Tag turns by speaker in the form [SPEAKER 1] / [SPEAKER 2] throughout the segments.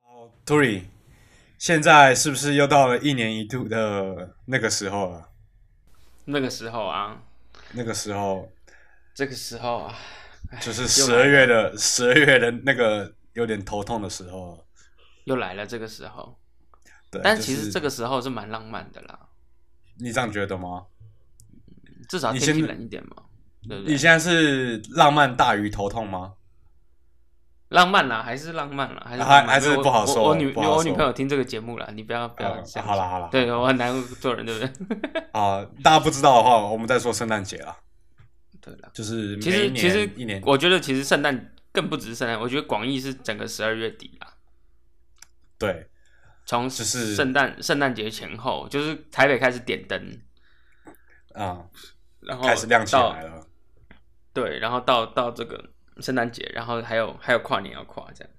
[SPEAKER 1] 好，Three，现在是不是又到了一年一度的那个时候了？
[SPEAKER 2] 那个时候啊，
[SPEAKER 1] 那个时候
[SPEAKER 2] 这个时候啊，
[SPEAKER 1] 就是十二月的十二月的那个有点头痛的时候了。
[SPEAKER 2] 又来了这个时候。
[SPEAKER 1] 对，
[SPEAKER 2] 但其实
[SPEAKER 1] 就是
[SPEAKER 2] 这个时候是蛮浪漫的啦，
[SPEAKER 1] 你这样觉得吗？
[SPEAKER 2] 至少
[SPEAKER 1] 你先
[SPEAKER 2] 天气冷一点嘛，对不
[SPEAKER 1] 你
[SPEAKER 2] 对？
[SPEAKER 1] 现在是浪漫大于头痛吗？
[SPEAKER 2] 浪漫啦，还是浪漫啦，还是
[SPEAKER 1] 还
[SPEAKER 2] 浪漫
[SPEAKER 1] 还是
[SPEAKER 2] 因为我
[SPEAKER 1] 不好说
[SPEAKER 2] 我我女
[SPEAKER 1] 不好说
[SPEAKER 2] 我女朋友听这个节目啦，你不要不要
[SPEAKER 1] 呃
[SPEAKER 2] 想。
[SPEAKER 1] 好啦好啦
[SPEAKER 2] 对我很难做人，对 不对？
[SPEAKER 1] 啊、大家不知道的话，我们在说圣诞节啦，
[SPEAKER 2] 对啦，
[SPEAKER 1] 就是
[SPEAKER 2] 其
[SPEAKER 1] 每一
[SPEAKER 2] 实
[SPEAKER 1] 年
[SPEAKER 2] 其实
[SPEAKER 1] 一年
[SPEAKER 2] 我觉得其实圣诞更不只是圣诞，我觉得广义是整个十二月底啦，
[SPEAKER 1] 对
[SPEAKER 2] 从
[SPEAKER 1] 就是
[SPEAKER 2] 圣诞圣诞节前后，就是台北开始点灯，
[SPEAKER 1] 啊、
[SPEAKER 2] 然后
[SPEAKER 1] 开始亮起
[SPEAKER 2] 哦到
[SPEAKER 1] 来了。
[SPEAKER 2] 对，然后到到这个圣诞节，然后还有还有跨年要跨这样。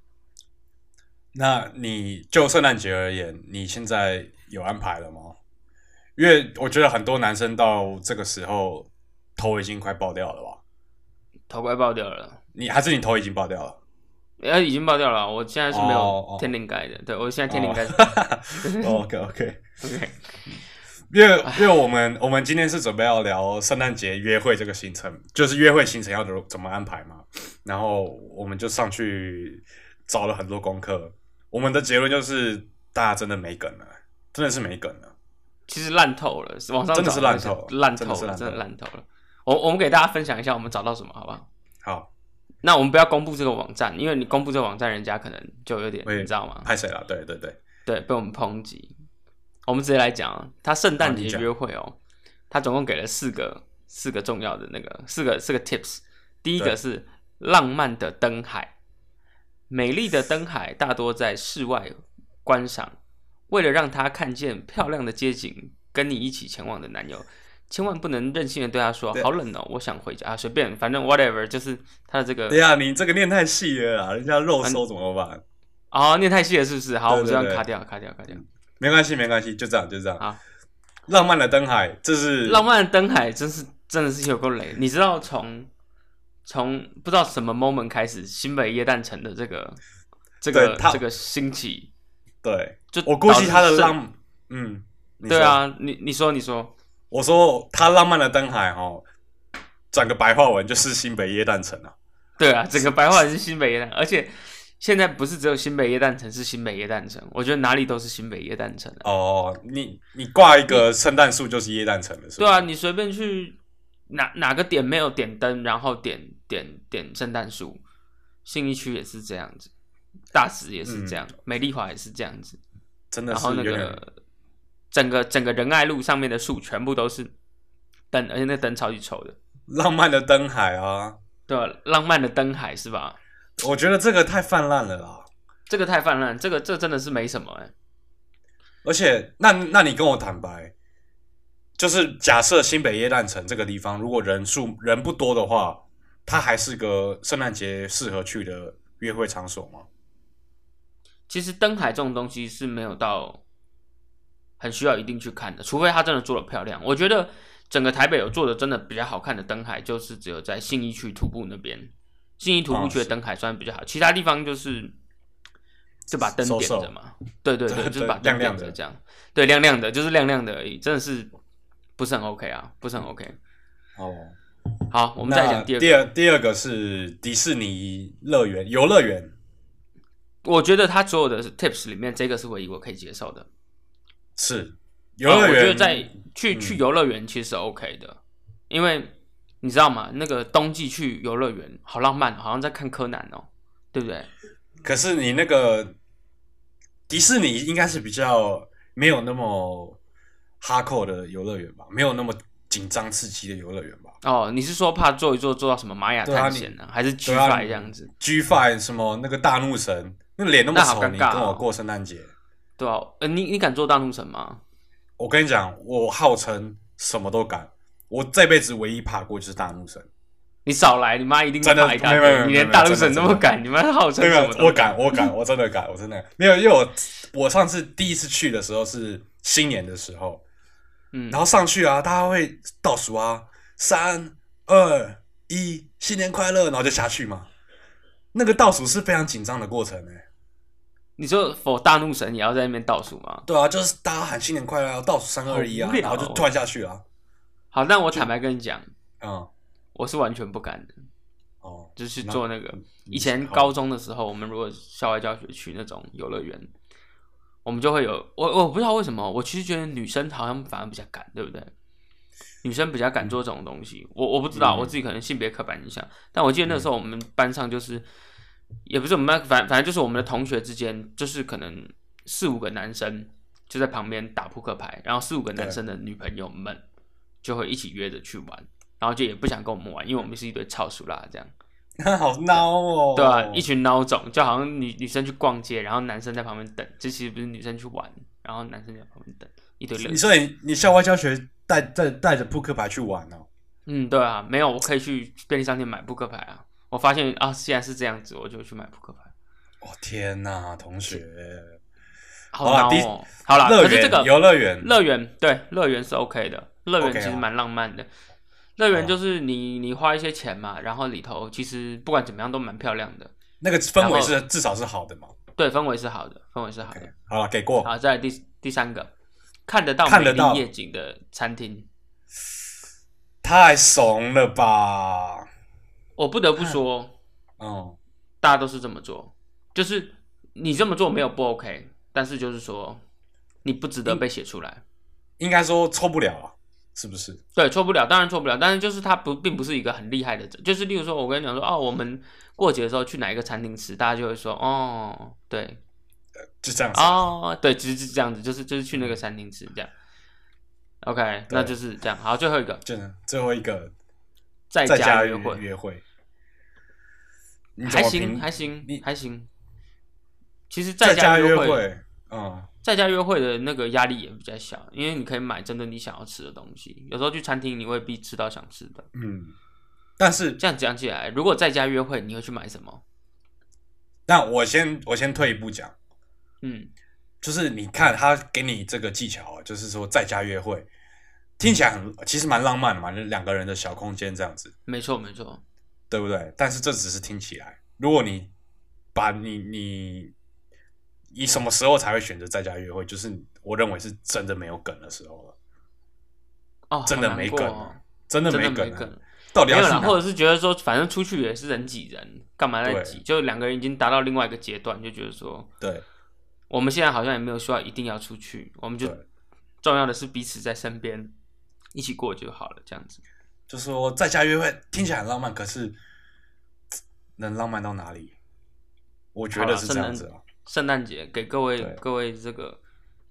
[SPEAKER 1] 那你就圣诞节而言，你现在有安排了吗？因为我觉得很多男生到这个时候头已经快爆掉了吧？
[SPEAKER 2] 头快爆掉了，
[SPEAKER 1] 你还是你头已经爆掉了？
[SPEAKER 2] 呃，已经爆掉了。我现在是没
[SPEAKER 1] 哦
[SPEAKER 2] 有
[SPEAKER 1] 哦
[SPEAKER 2] 天灵盖的，对我现在天灵盖 是、
[SPEAKER 1] OK OK，
[SPEAKER 2] OK，
[SPEAKER 1] 哦因为因为我们我们今天是准备要聊圣诞节约会这个行程，就是约会行程要怎么怎么安排嘛。然后我们就上去找了很多功课，我们的结论就是大家真的没梗了，真的是没梗了。
[SPEAKER 2] 其实烂透了，网上
[SPEAKER 1] 真的是烂
[SPEAKER 2] 找
[SPEAKER 1] 透
[SPEAKER 2] 的烂透
[SPEAKER 1] 真的是烂
[SPEAKER 2] 了，真
[SPEAKER 1] 透
[SPEAKER 2] 的烂透了。我我们给大家分享一下我们找到什么，好不好？
[SPEAKER 1] 好，
[SPEAKER 2] 那我们不要公布这个网站，因为你公布这个网站，人家可能就有点，
[SPEAKER 1] 喂
[SPEAKER 2] 你知道吗？
[SPEAKER 1] 拍谁了？对对对，
[SPEAKER 2] 对，被我们抨击。我们直接来讲啊，他圣诞
[SPEAKER 1] 好
[SPEAKER 2] 节
[SPEAKER 1] 你讲
[SPEAKER 2] 约会哦，他总共给了四个四个重要的那个四个四个 tips。第一
[SPEAKER 1] 对
[SPEAKER 2] 个是浪漫的灯海，美丽的灯海大多在室外观赏。为了让他看见漂亮的街景，跟你一起前往的男友，千万不能任性的对他说
[SPEAKER 1] 对
[SPEAKER 2] “好冷哦，我想回家”，啊随便，反正 whatever，就是他的这
[SPEAKER 1] 等一
[SPEAKER 2] 个
[SPEAKER 1] 下哎你这个念太细了啊啦，人家肉收怎么办？
[SPEAKER 2] 哦，念太细了是不是？好，
[SPEAKER 1] 对
[SPEAKER 2] 我们这
[SPEAKER 1] 对
[SPEAKER 2] 样
[SPEAKER 1] 对
[SPEAKER 2] 卡掉，卡掉，卡掉。
[SPEAKER 1] 没关系没关系，就这样就这样。
[SPEAKER 2] 好
[SPEAKER 1] 浪漫的灯海，这是
[SPEAKER 2] 浪漫的灯海真是真的是有够雷。你知道从从不知道什么 moment 开始，新北耶诞城的这个这
[SPEAKER 1] 对
[SPEAKER 2] 个
[SPEAKER 1] 它
[SPEAKER 2] 这个兴起，
[SPEAKER 1] 对，
[SPEAKER 2] 就
[SPEAKER 1] 我估计他的
[SPEAKER 2] 导致圣
[SPEAKER 1] 浪，嗯，你
[SPEAKER 2] 对
[SPEAKER 1] 说
[SPEAKER 2] 啊，你你说你说，
[SPEAKER 1] 我说他浪漫的灯海哦，转个白话文就是新北耶诞城啊。
[SPEAKER 2] 对啊，整个白话是新北耶诞，而且现在不是只有新北耶诞城是新北耶诞城，我觉得哪里都是新北耶诞城啊。
[SPEAKER 1] 哦，你你挂一个圣诞树就是耶诞城了，是
[SPEAKER 2] 对
[SPEAKER 1] 吧？
[SPEAKER 2] 啊，你随便去哪哪个点没有点灯，然后点点点圣诞树，信义区也是这样子，大直也是这样，美丽华也是这样子。
[SPEAKER 1] 真的
[SPEAKER 2] 然
[SPEAKER 1] 嗯是
[SPEAKER 2] 后那
[SPEAKER 1] 有点、
[SPEAKER 2] 个整个整个仁爱路上面的树全部都是灯，而且那灯超级丑的。
[SPEAKER 1] 浪漫的灯海啊，
[SPEAKER 2] 对吧，浪漫的灯海是吧？
[SPEAKER 1] 我觉得这个太泛滥了啦。
[SPEAKER 2] 这个太泛滥，这个这真的是没什么哎、
[SPEAKER 1] 而且，那那你跟我坦白，就是假设新北耶诞城这个地方，如果人数人不多的话，它还是个圣诞节适合去的约会场所吗？
[SPEAKER 2] 其实灯海这种东西是没有到很需要一定去看的，除非它真的做的漂亮。我觉得整个台北有做的真的比较好看的灯海，就是只有在信义区徒步那边，信义徒步
[SPEAKER 1] 哦
[SPEAKER 2] 区的
[SPEAKER 1] 是
[SPEAKER 2] 灯海算比较好，其他地方就是就把灯
[SPEAKER 1] 收
[SPEAKER 2] 点
[SPEAKER 1] 手
[SPEAKER 2] 着嘛。对对 对，
[SPEAKER 1] 对
[SPEAKER 2] 就是把
[SPEAKER 1] 亮
[SPEAKER 2] 灯
[SPEAKER 1] 亮
[SPEAKER 2] 点
[SPEAKER 1] 的
[SPEAKER 2] 着这样，对亮亮的，就是亮亮的而已，真的是不是很 OK 啊，不是很 OK。
[SPEAKER 1] 哦，
[SPEAKER 2] 好，我
[SPEAKER 1] 我
[SPEAKER 2] 们再讲第
[SPEAKER 1] 第
[SPEAKER 2] 二个。
[SPEAKER 1] 第二第二个是迪士尼乐园游乐园，
[SPEAKER 2] 我觉得他所有的 tips 里面，这个是唯一我可以接受的。
[SPEAKER 1] 是游乐
[SPEAKER 2] 呃我觉得
[SPEAKER 1] 园嗯
[SPEAKER 2] 在去去游乐园其实是 OK 的，因为你知道吗？那个冬季去游乐园好浪漫，好像在看柯南哦，对不对？
[SPEAKER 1] 可是你那个迪士尼应该是比较没有那么哈扣的游乐园吧，没有那么紧张刺激的游乐园吧。
[SPEAKER 2] 哦，你是说怕做一做做到什么玛雅
[SPEAKER 1] 对啊
[SPEAKER 2] 探
[SPEAKER 1] 你
[SPEAKER 2] 险呢、还是 G
[SPEAKER 1] 对啊
[SPEAKER 2] f
[SPEAKER 1] 你
[SPEAKER 2] 这样子？
[SPEAKER 1] G Five 什么那个大怒神，那脸那么
[SPEAKER 2] 那好
[SPEAKER 1] 丑，
[SPEAKER 2] 尴
[SPEAKER 1] 你
[SPEAKER 2] 尬
[SPEAKER 1] 跟
[SPEAKER 2] 哦
[SPEAKER 1] 我过圣诞节？
[SPEAKER 2] 对啊，呃，你你敢做大怒神吗？
[SPEAKER 1] 我跟你讲，我号称什么都敢，我这辈子唯一爬过就是大怒神。
[SPEAKER 2] 你少来，你妈一定
[SPEAKER 1] 真的
[SPEAKER 2] 打一大
[SPEAKER 1] 没有没有
[SPEAKER 2] 堆，你
[SPEAKER 1] 没有
[SPEAKER 2] 连
[SPEAKER 1] 没有
[SPEAKER 2] 大陆
[SPEAKER 1] 真的
[SPEAKER 2] 神
[SPEAKER 1] 真
[SPEAKER 2] 都不
[SPEAKER 1] 的
[SPEAKER 2] 敢，你妈号称
[SPEAKER 1] 没
[SPEAKER 2] 什
[SPEAKER 1] 有
[SPEAKER 2] 么，都
[SPEAKER 1] 啊我敢，我敢，我真的敢，我真的敢没有，因为我我上次第一次去的时候是新年的时候，
[SPEAKER 2] 嗯
[SPEAKER 1] 然后上去啊，大家会倒数啊，三二一，欸新年快乐，然后就下去嘛。那个倒数是非常紧张的过程呢、
[SPEAKER 2] 你说否大怒神也要在那边倒数吗？
[SPEAKER 1] 对啊，就是大家喊新年快乐，然后倒数三二一啊
[SPEAKER 2] 好无，聊
[SPEAKER 1] 然
[SPEAKER 2] 哦
[SPEAKER 1] 后就突然下去啊。
[SPEAKER 2] 好，那我坦白跟你讲，
[SPEAKER 1] 嗯，
[SPEAKER 2] 我是完全不敢的，
[SPEAKER 1] 哦，
[SPEAKER 2] 就是
[SPEAKER 1] 那
[SPEAKER 2] 做那个
[SPEAKER 1] 嗯
[SPEAKER 2] 以前高中的时候，我们如果校外教学去那种游乐园，我们就会有我我不知道为什么，我其实觉得女生好像反而比较敢，对不对？女生比较敢做这种东西，我我不知道，
[SPEAKER 1] 嗯
[SPEAKER 2] 我自己可能性别刻板印象，但我记得那时候我们班上就是，也不是我们班，反反正就是我们的同学之间，就是可能四五个男生就在旁边打扑克牌，然后四五个男
[SPEAKER 1] 对
[SPEAKER 2] 生的女朋友们就会一起约着去玩，然后就也不想跟我们玩，因为我们是一堆超熟啦这样。
[SPEAKER 1] 好孬哦。
[SPEAKER 2] 对啊，一群孬种，就好像女女生去逛街，然后男生在旁边等，这其实不是女生去玩，然后男生在旁边等，一堆乐
[SPEAKER 1] 你。说你你校外教学带带带着扑克牌去玩哦？
[SPEAKER 2] 嗯，对啊，没有，我可以去便利商店买扑克牌啊。我发现啊，既然是这样子，我就去买扑克牌。
[SPEAKER 1] 哦天哪，同学，
[SPEAKER 2] 好
[SPEAKER 1] 好啦
[SPEAKER 2] 孬哦、好啦，
[SPEAKER 1] 乐
[SPEAKER 2] 可是这个
[SPEAKER 1] 园游乐园，
[SPEAKER 2] 乐园对乐园是 OK 的，乐园
[SPEAKER 1] OK 啊
[SPEAKER 2] 其实蛮浪漫的。乐园
[SPEAKER 1] 哦
[SPEAKER 2] 就是你你花一些钱嘛，然后里头其实不管怎么样都蛮漂亮的，
[SPEAKER 1] 那个氛围
[SPEAKER 2] 然后
[SPEAKER 1] 是至少是好的嘛。
[SPEAKER 2] 对氛围是好的，氛围是好的。
[SPEAKER 1] 好了，给过。
[SPEAKER 2] 好，再来第第三个，看得到
[SPEAKER 1] 看
[SPEAKER 2] 美
[SPEAKER 1] 得到
[SPEAKER 2] 丽夜景的餐厅。
[SPEAKER 1] 太怂了吧？
[SPEAKER 2] 我不得不说，
[SPEAKER 1] 嗯，
[SPEAKER 2] 大家都是这么做，就是你这么做没有不 OK，但是就是说你不值得被写出来。
[SPEAKER 1] 应该说抽不了啊，是不是？
[SPEAKER 2] 对，错不了，当然错不了，但是就是他不并不是一个很厉害的，就是例如说，我跟你讲说，哦，我们过节的时候去哪一个餐厅吃，大家就会说，哦，对，
[SPEAKER 1] 就这样子。
[SPEAKER 2] 哦，对，只是这样子，就是就是去那个餐厅吃这样。OK，那就是这样。好，最后一个，
[SPEAKER 1] 就是最后一个，
[SPEAKER 2] 在
[SPEAKER 1] 在
[SPEAKER 2] 家
[SPEAKER 1] 约
[SPEAKER 2] 约会，
[SPEAKER 1] 约会，你怎
[SPEAKER 2] 还
[SPEAKER 1] 么
[SPEAKER 2] 行，
[SPEAKER 1] 评
[SPEAKER 2] 还行
[SPEAKER 1] 你，
[SPEAKER 2] 还行。其实
[SPEAKER 1] 在
[SPEAKER 2] 在家
[SPEAKER 1] 约
[SPEAKER 2] 约会，，
[SPEAKER 1] 嗯，
[SPEAKER 2] 在家约会的那个压力也比较小，因为你可以买真的你想要吃的东西。有时候去餐厅，你未必吃到想吃的。
[SPEAKER 1] 嗯，但是
[SPEAKER 2] 这样讲起来，如果在家约会，你会去买什么？
[SPEAKER 1] 那我先我先退一步讲，
[SPEAKER 2] 嗯，
[SPEAKER 1] 就是你看他给你这个技巧啊，就是说在家约会，听起来很其实蛮浪漫的嘛，就是两个人的小空间这样子，
[SPEAKER 2] 没错没错，
[SPEAKER 1] 对不对？但是这只是听起来，如果你把你你你什么时候才会选择在家约会，就是我认为是真的没有梗的时候了，
[SPEAKER 2] 哦，
[SPEAKER 1] 真的
[SPEAKER 2] 好难
[SPEAKER 1] 没
[SPEAKER 2] 过
[SPEAKER 1] 梗
[SPEAKER 2] 哦
[SPEAKER 1] 啊，真的
[SPEAKER 2] 真的
[SPEAKER 1] 没梗
[SPEAKER 2] 没
[SPEAKER 1] 啊，
[SPEAKER 2] 梗，
[SPEAKER 1] 到底
[SPEAKER 2] 没
[SPEAKER 1] 要
[SPEAKER 2] 有
[SPEAKER 1] 去
[SPEAKER 2] 啦，
[SPEAKER 1] 哪
[SPEAKER 2] 或者是觉得说，反正出去也是人挤人，干嘛在
[SPEAKER 1] 对
[SPEAKER 2] 挤？就两个人已经达到另外一个阶段，就觉得说，
[SPEAKER 1] 对
[SPEAKER 2] 我们现在好像也没有需要一定要出去，我们就
[SPEAKER 1] 对
[SPEAKER 2] 重要的是彼此在身边，一起过就好了，这样子。
[SPEAKER 1] 就说在家约会听起来很浪漫，可是能浪漫到哪里？我觉
[SPEAKER 2] 好
[SPEAKER 1] 得
[SPEAKER 2] 啦
[SPEAKER 1] 是这样子啊。
[SPEAKER 2] 圣诞节给各位
[SPEAKER 1] 对
[SPEAKER 2] 各位这个，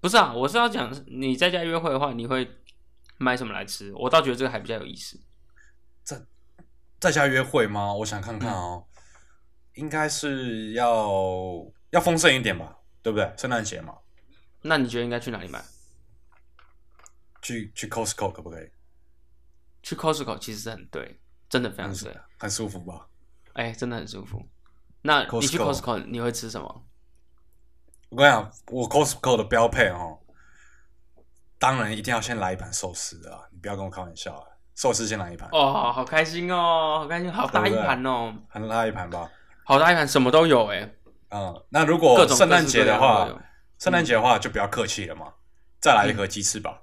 [SPEAKER 2] 不是啊，我是要讲你在家约会的话，你会买什么来吃？我倒觉得这个还比较有意思。
[SPEAKER 1] 在家约会吗？我想看看
[SPEAKER 2] 嗯
[SPEAKER 1] 哦，应该是要要丰盛一点吧，对不对？圣诞节嘛，
[SPEAKER 2] 那你觉得应该去哪里买？
[SPEAKER 1] 去去 Costco 可不可以？
[SPEAKER 2] 去 Costco 其实是很对，真的非常
[SPEAKER 1] 很
[SPEAKER 2] 对，
[SPEAKER 1] 很舒服吧？
[SPEAKER 2] 哎、真的很舒服。那你去
[SPEAKER 1] Costco
[SPEAKER 2] Costco 你会吃什么？
[SPEAKER 1] 我跟你讲，我 Costco 的标配哦，当然一定要先来一盘寿司啊！你不要跟我开玩笑啊，寿司先来一盘，
[SPEAKER 2] 哦，好开心哦，好开心，好大一盘哦，
[SPEAKER 1] 很拉一盘吧。
[SPEAKER 2] 好大一盘，什么都有哎、
[SPEAKER 1] 嗯，那如
[SPEAKER 2] 各
[SPEAKER 1] 果
[SPEAKER 2] 种
[SPEAKER 1] 圣诞节的
[SPEAKER 2] 各式各样
[SPEAKER 1] 话
[SPEAKER 2] 都有，
[SPEAKER 1] 圣诞节的话就不要客气了嘛，再来一盒鸡翅吧。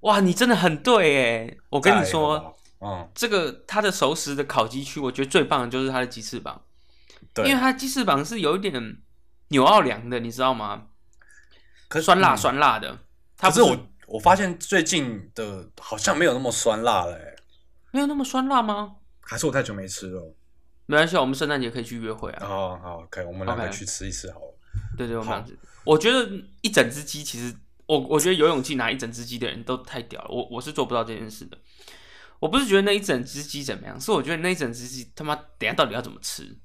[SPEAKER 2] 哇，你真的很对哎！我
[SPEAKER 1] 我
[SPEAKER 2] 跟你说，，
[SPEAKER 1] 嗯，
[SPEAKER 2] 这个它的熟食的烤鸡区，我觉得最棒的就是它的鸡翅膀。因为
[SPEAKER 1] 对，
[SPEAKER 2] 它鸡翅膀是有一点纽奥良的，你知道吗？
[SPEAKER 1] 可是
[SPEAKER 2] 酸辣
[SPEAKER 1] 嗯
[SPEAKER 2] 酸辣的，它
[SPEAKER 1] 可
[SPEAKER 2] 不
[SPEAKER 1] 是我我发现最近的好像没有那么酸辣了、欸，
[SPEAKER 2] 没有那么酸辣吗？
[SPEAKER 1] 还是我太久没吃了。
[SPEAKER 2] 没关系，我们圣诞节可以去约会啊。
[SPEAKER 1] 哦，好，OK，我们两个
[SPEAKER 2] OK
[SPEAKER 1] 去吃一吃好了。
[SPEAKER 2] 对对，我们
[SPEAKER 1] 好
[SPEAKER 2] 这样子。我觉得一整只鸡，其实我我觉得有勇气拿一整只鸡的人都太屌了，我我是做不到这件事的。我不是觉得那一整只鸡怎么样，是我觉得那一整只鸡他妈等一下到底要怎么吃？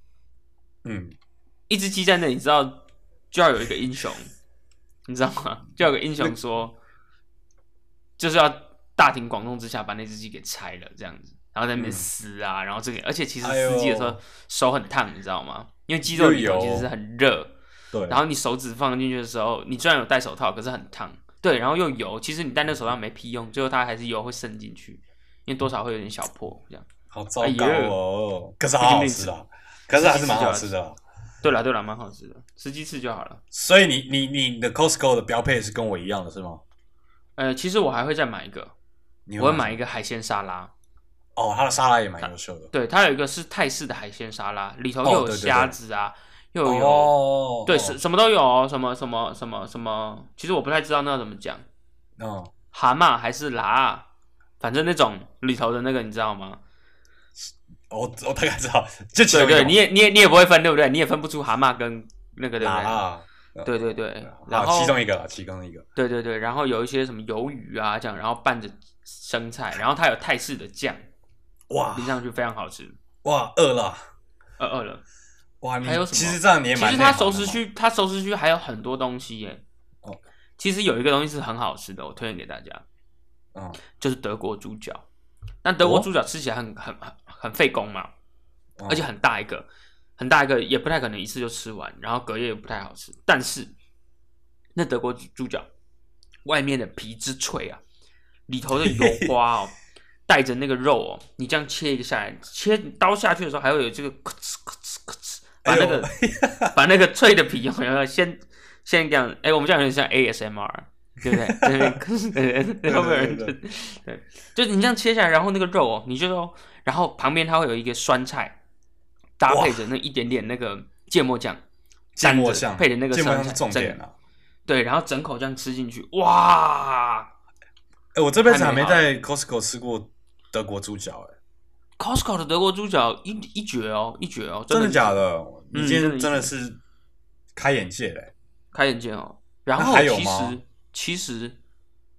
[SPEAKER 1] 嗯，
[SPEAKER 2] 一只鸡在那，你知道就要有一个英雄，你知道吗？就要有个英雄说，就是要大庭广众之下把那只鸡给拆了，这样子，然后在那
[SPEAKER 1] 嗯
[SPEAKER 2] 边撕啊，然后这个，而且其实
[SPEAKER 1] 哎呦
[SPEAKER 2] 撕鸡的时候手很烫，你知道吗？因为鸡肉里头
[SPEAKER 1] 又
[SPEAKER 2] 其
[SPEAKER 1] 有
[SPEAKER 2] 实是很热，
[SPEAKER 1] 对。
[SPEAKER 2] 然后你手指放进去的时候，你虽然有戴手套，可是很烫，对，然后又油，其实你戴那手套没屁用，最后它还是油会渗进去，因为多少会有点小破这样。
[SPEAKER 1] 好糟糕哦，可是好好吃啊，可
[SPEAKER 2] 呦
[SPEAKER 1] 是还是蛮好吃的啊。
[SPEAKER 2] 对了对了，蛮好吃的，十几次就好了。
[SPEAKER 1] 所以你你你的 Costco 的标配是跟我一样的是吗？
[SPEAKER 2] 呃，其实我还会再买一个，
[SPEAKER 1] 你
[SPEAKER 2] 我会买一个海鲜沙拉。
[SPEAKER 1] 哦，它的沙拉也蛮优秀的。
[SPEAKER 2] 对，它有一个是泰式的海鲜沙拉，里头
[SPEAKER 1] 哦
[SPEAKER 2] 又有
[SPEAKER 1] 对对对
[SPEAKER 2] 虾子啊，又有、
[SPEAKER 1] 哦，
[SPEAKER 2] 对
[SPEAKER 1] 哦
[SPEAKER 2] 什什么都有哦，什么什么什么什么，其实我不太知道那要怎么讲，
[SPEAKER 1] 嗯，
[SPEAKER 2] 蛤蟆还是啦，反正那种里头的那个你知道吗？
[SPEAKER 1] 我我大概知道，这其
[SPEAKER 2] 对
[SPEAKER 1] 中
[SPEAKER 2] 对，你
[SPEAKER 1] 你
[SPEAKER 2] 也你也你也不会分对不对？你也分不出蛤蟆跟那个对不对？
[SPEAKER 1] 啊，
[SPEAKER 2] 对对对，然
[SPEAKER 1] 啊，
[SPEAKER 2] 后
[SPEAKER 1] 其中一个啦，其中一个。
[SPEAKER 2] 对对对，然后有一些什么鱿鱼啊这样，然后拌着生菜，然后它有泰式的酱，
[SPEAKER 1] 哇
[SPEAKER 2] 淋上去非常好吃。
[SPEAKER 1] 哇，饿了
[SPEAKER 2] 饿饿了，
[SPEAKER 1] 哇！你
[SPEAKER 2] 还有什么
[SPEAKER 1] 其实这样你也
[SPEAKER 2] 其
[SPEAKER 1] 蛮
[SPEAKER 2] 实
[SPEAKER 1] 内
[SPEAKER 2] 它
[SPEAKER 1] 行
[SPEAKER 2] 熟
[SPEAKER 1] 的
[SPEAKER 2] 食
[SPEAKER 1] 嘛
[SPEAKER 2] 区，它熟食区还有很多东西耶。
[SPEAKER 1] 哦
[SPEAKER 2] 其实有一个东西是很好吃的，我推荐给大家，
[SPEAKER 1] 嗯，
[SPEAKER 2] 就是德国猪脚。那德国
[SPEAKER 1] 哦
[SPEAKER 2] 猪脚吃起来很很很很费工嘛，
[SPEAKER 1] 嗯
[SPEAKER 2] 而且很大一个，很大一个，也不太可能一次就吃完，然后隔夜也不太好吃。但是那德国猪猪脚外面的皮之脆啊，里头的油花哦，带着那个肉哦，你这样切一个下来，切刀下去的时候还会有这个咔哧咔哧咔哧，把那个、把那个脆的皮有没有先先这样？哎、我们这样有点像 ASMR。对不对？在那边咔哧对对对，
[SPEAKER 1] 对
[SPEAKER 2] 后面有人就
[SPEAKER 1] 对对
[SPEAKER 2] 对，就是你这样切下来，然后那个肉哦，你就说，然后旁边它会有一个酸菜，搭配着那一点点那个芥末酱，
[SPEAKER 1] 芥末
[SPEAKER 2] 沾着
[SPEAKER 1] 酱
[SPEAKER 2] 配的那个
[SPEAKER 1] 芥末
[SPEAKER 2] 酸
[SPEAKER 1] 酱
[SPEAKER 2] 菜
[SPEAKER 1] 是重
[SPEAKER 2] 整
[SPEAKER 1] 点啊。
[SPEAKER 2] 对，然后整口这样吃进去，哇
[SPEAKER 1] 哎，我这辈子
[SPEAKER 2] 还
[SPEAKER 1] 还
[SPEAKER 2] 没
[SPEAKER 1] 没
[SPEAKER 2] 好
[SPEAKER 1] 在 Costco 吃过德国猪脚，哎，
[SPEAKER 2] ！Costco 的德国猪脚一一绝哦，一绝哦，
[SPEAKER 1] 真
[SPEAKER 2] 的
[SPEAKER 1] 的假
[SPEAKER 2] 的？
[SPEAKER 1] 的？你
[SPEAKER 2] 嗯
[SPEAKER 1] 今
[SPEAKER 2] 真的
[SPEAKER 1] 天真的是开眼界嘞！
[SPEAKER 2] 开眼界哦。然
[SPEAKER 1] 那
[SPEAKER 2] 后
[SPEAKER 1] 还有
[SPEAKER 2] 其
[SPEAKER 1] 吗
[SPEAKER 2] 实其实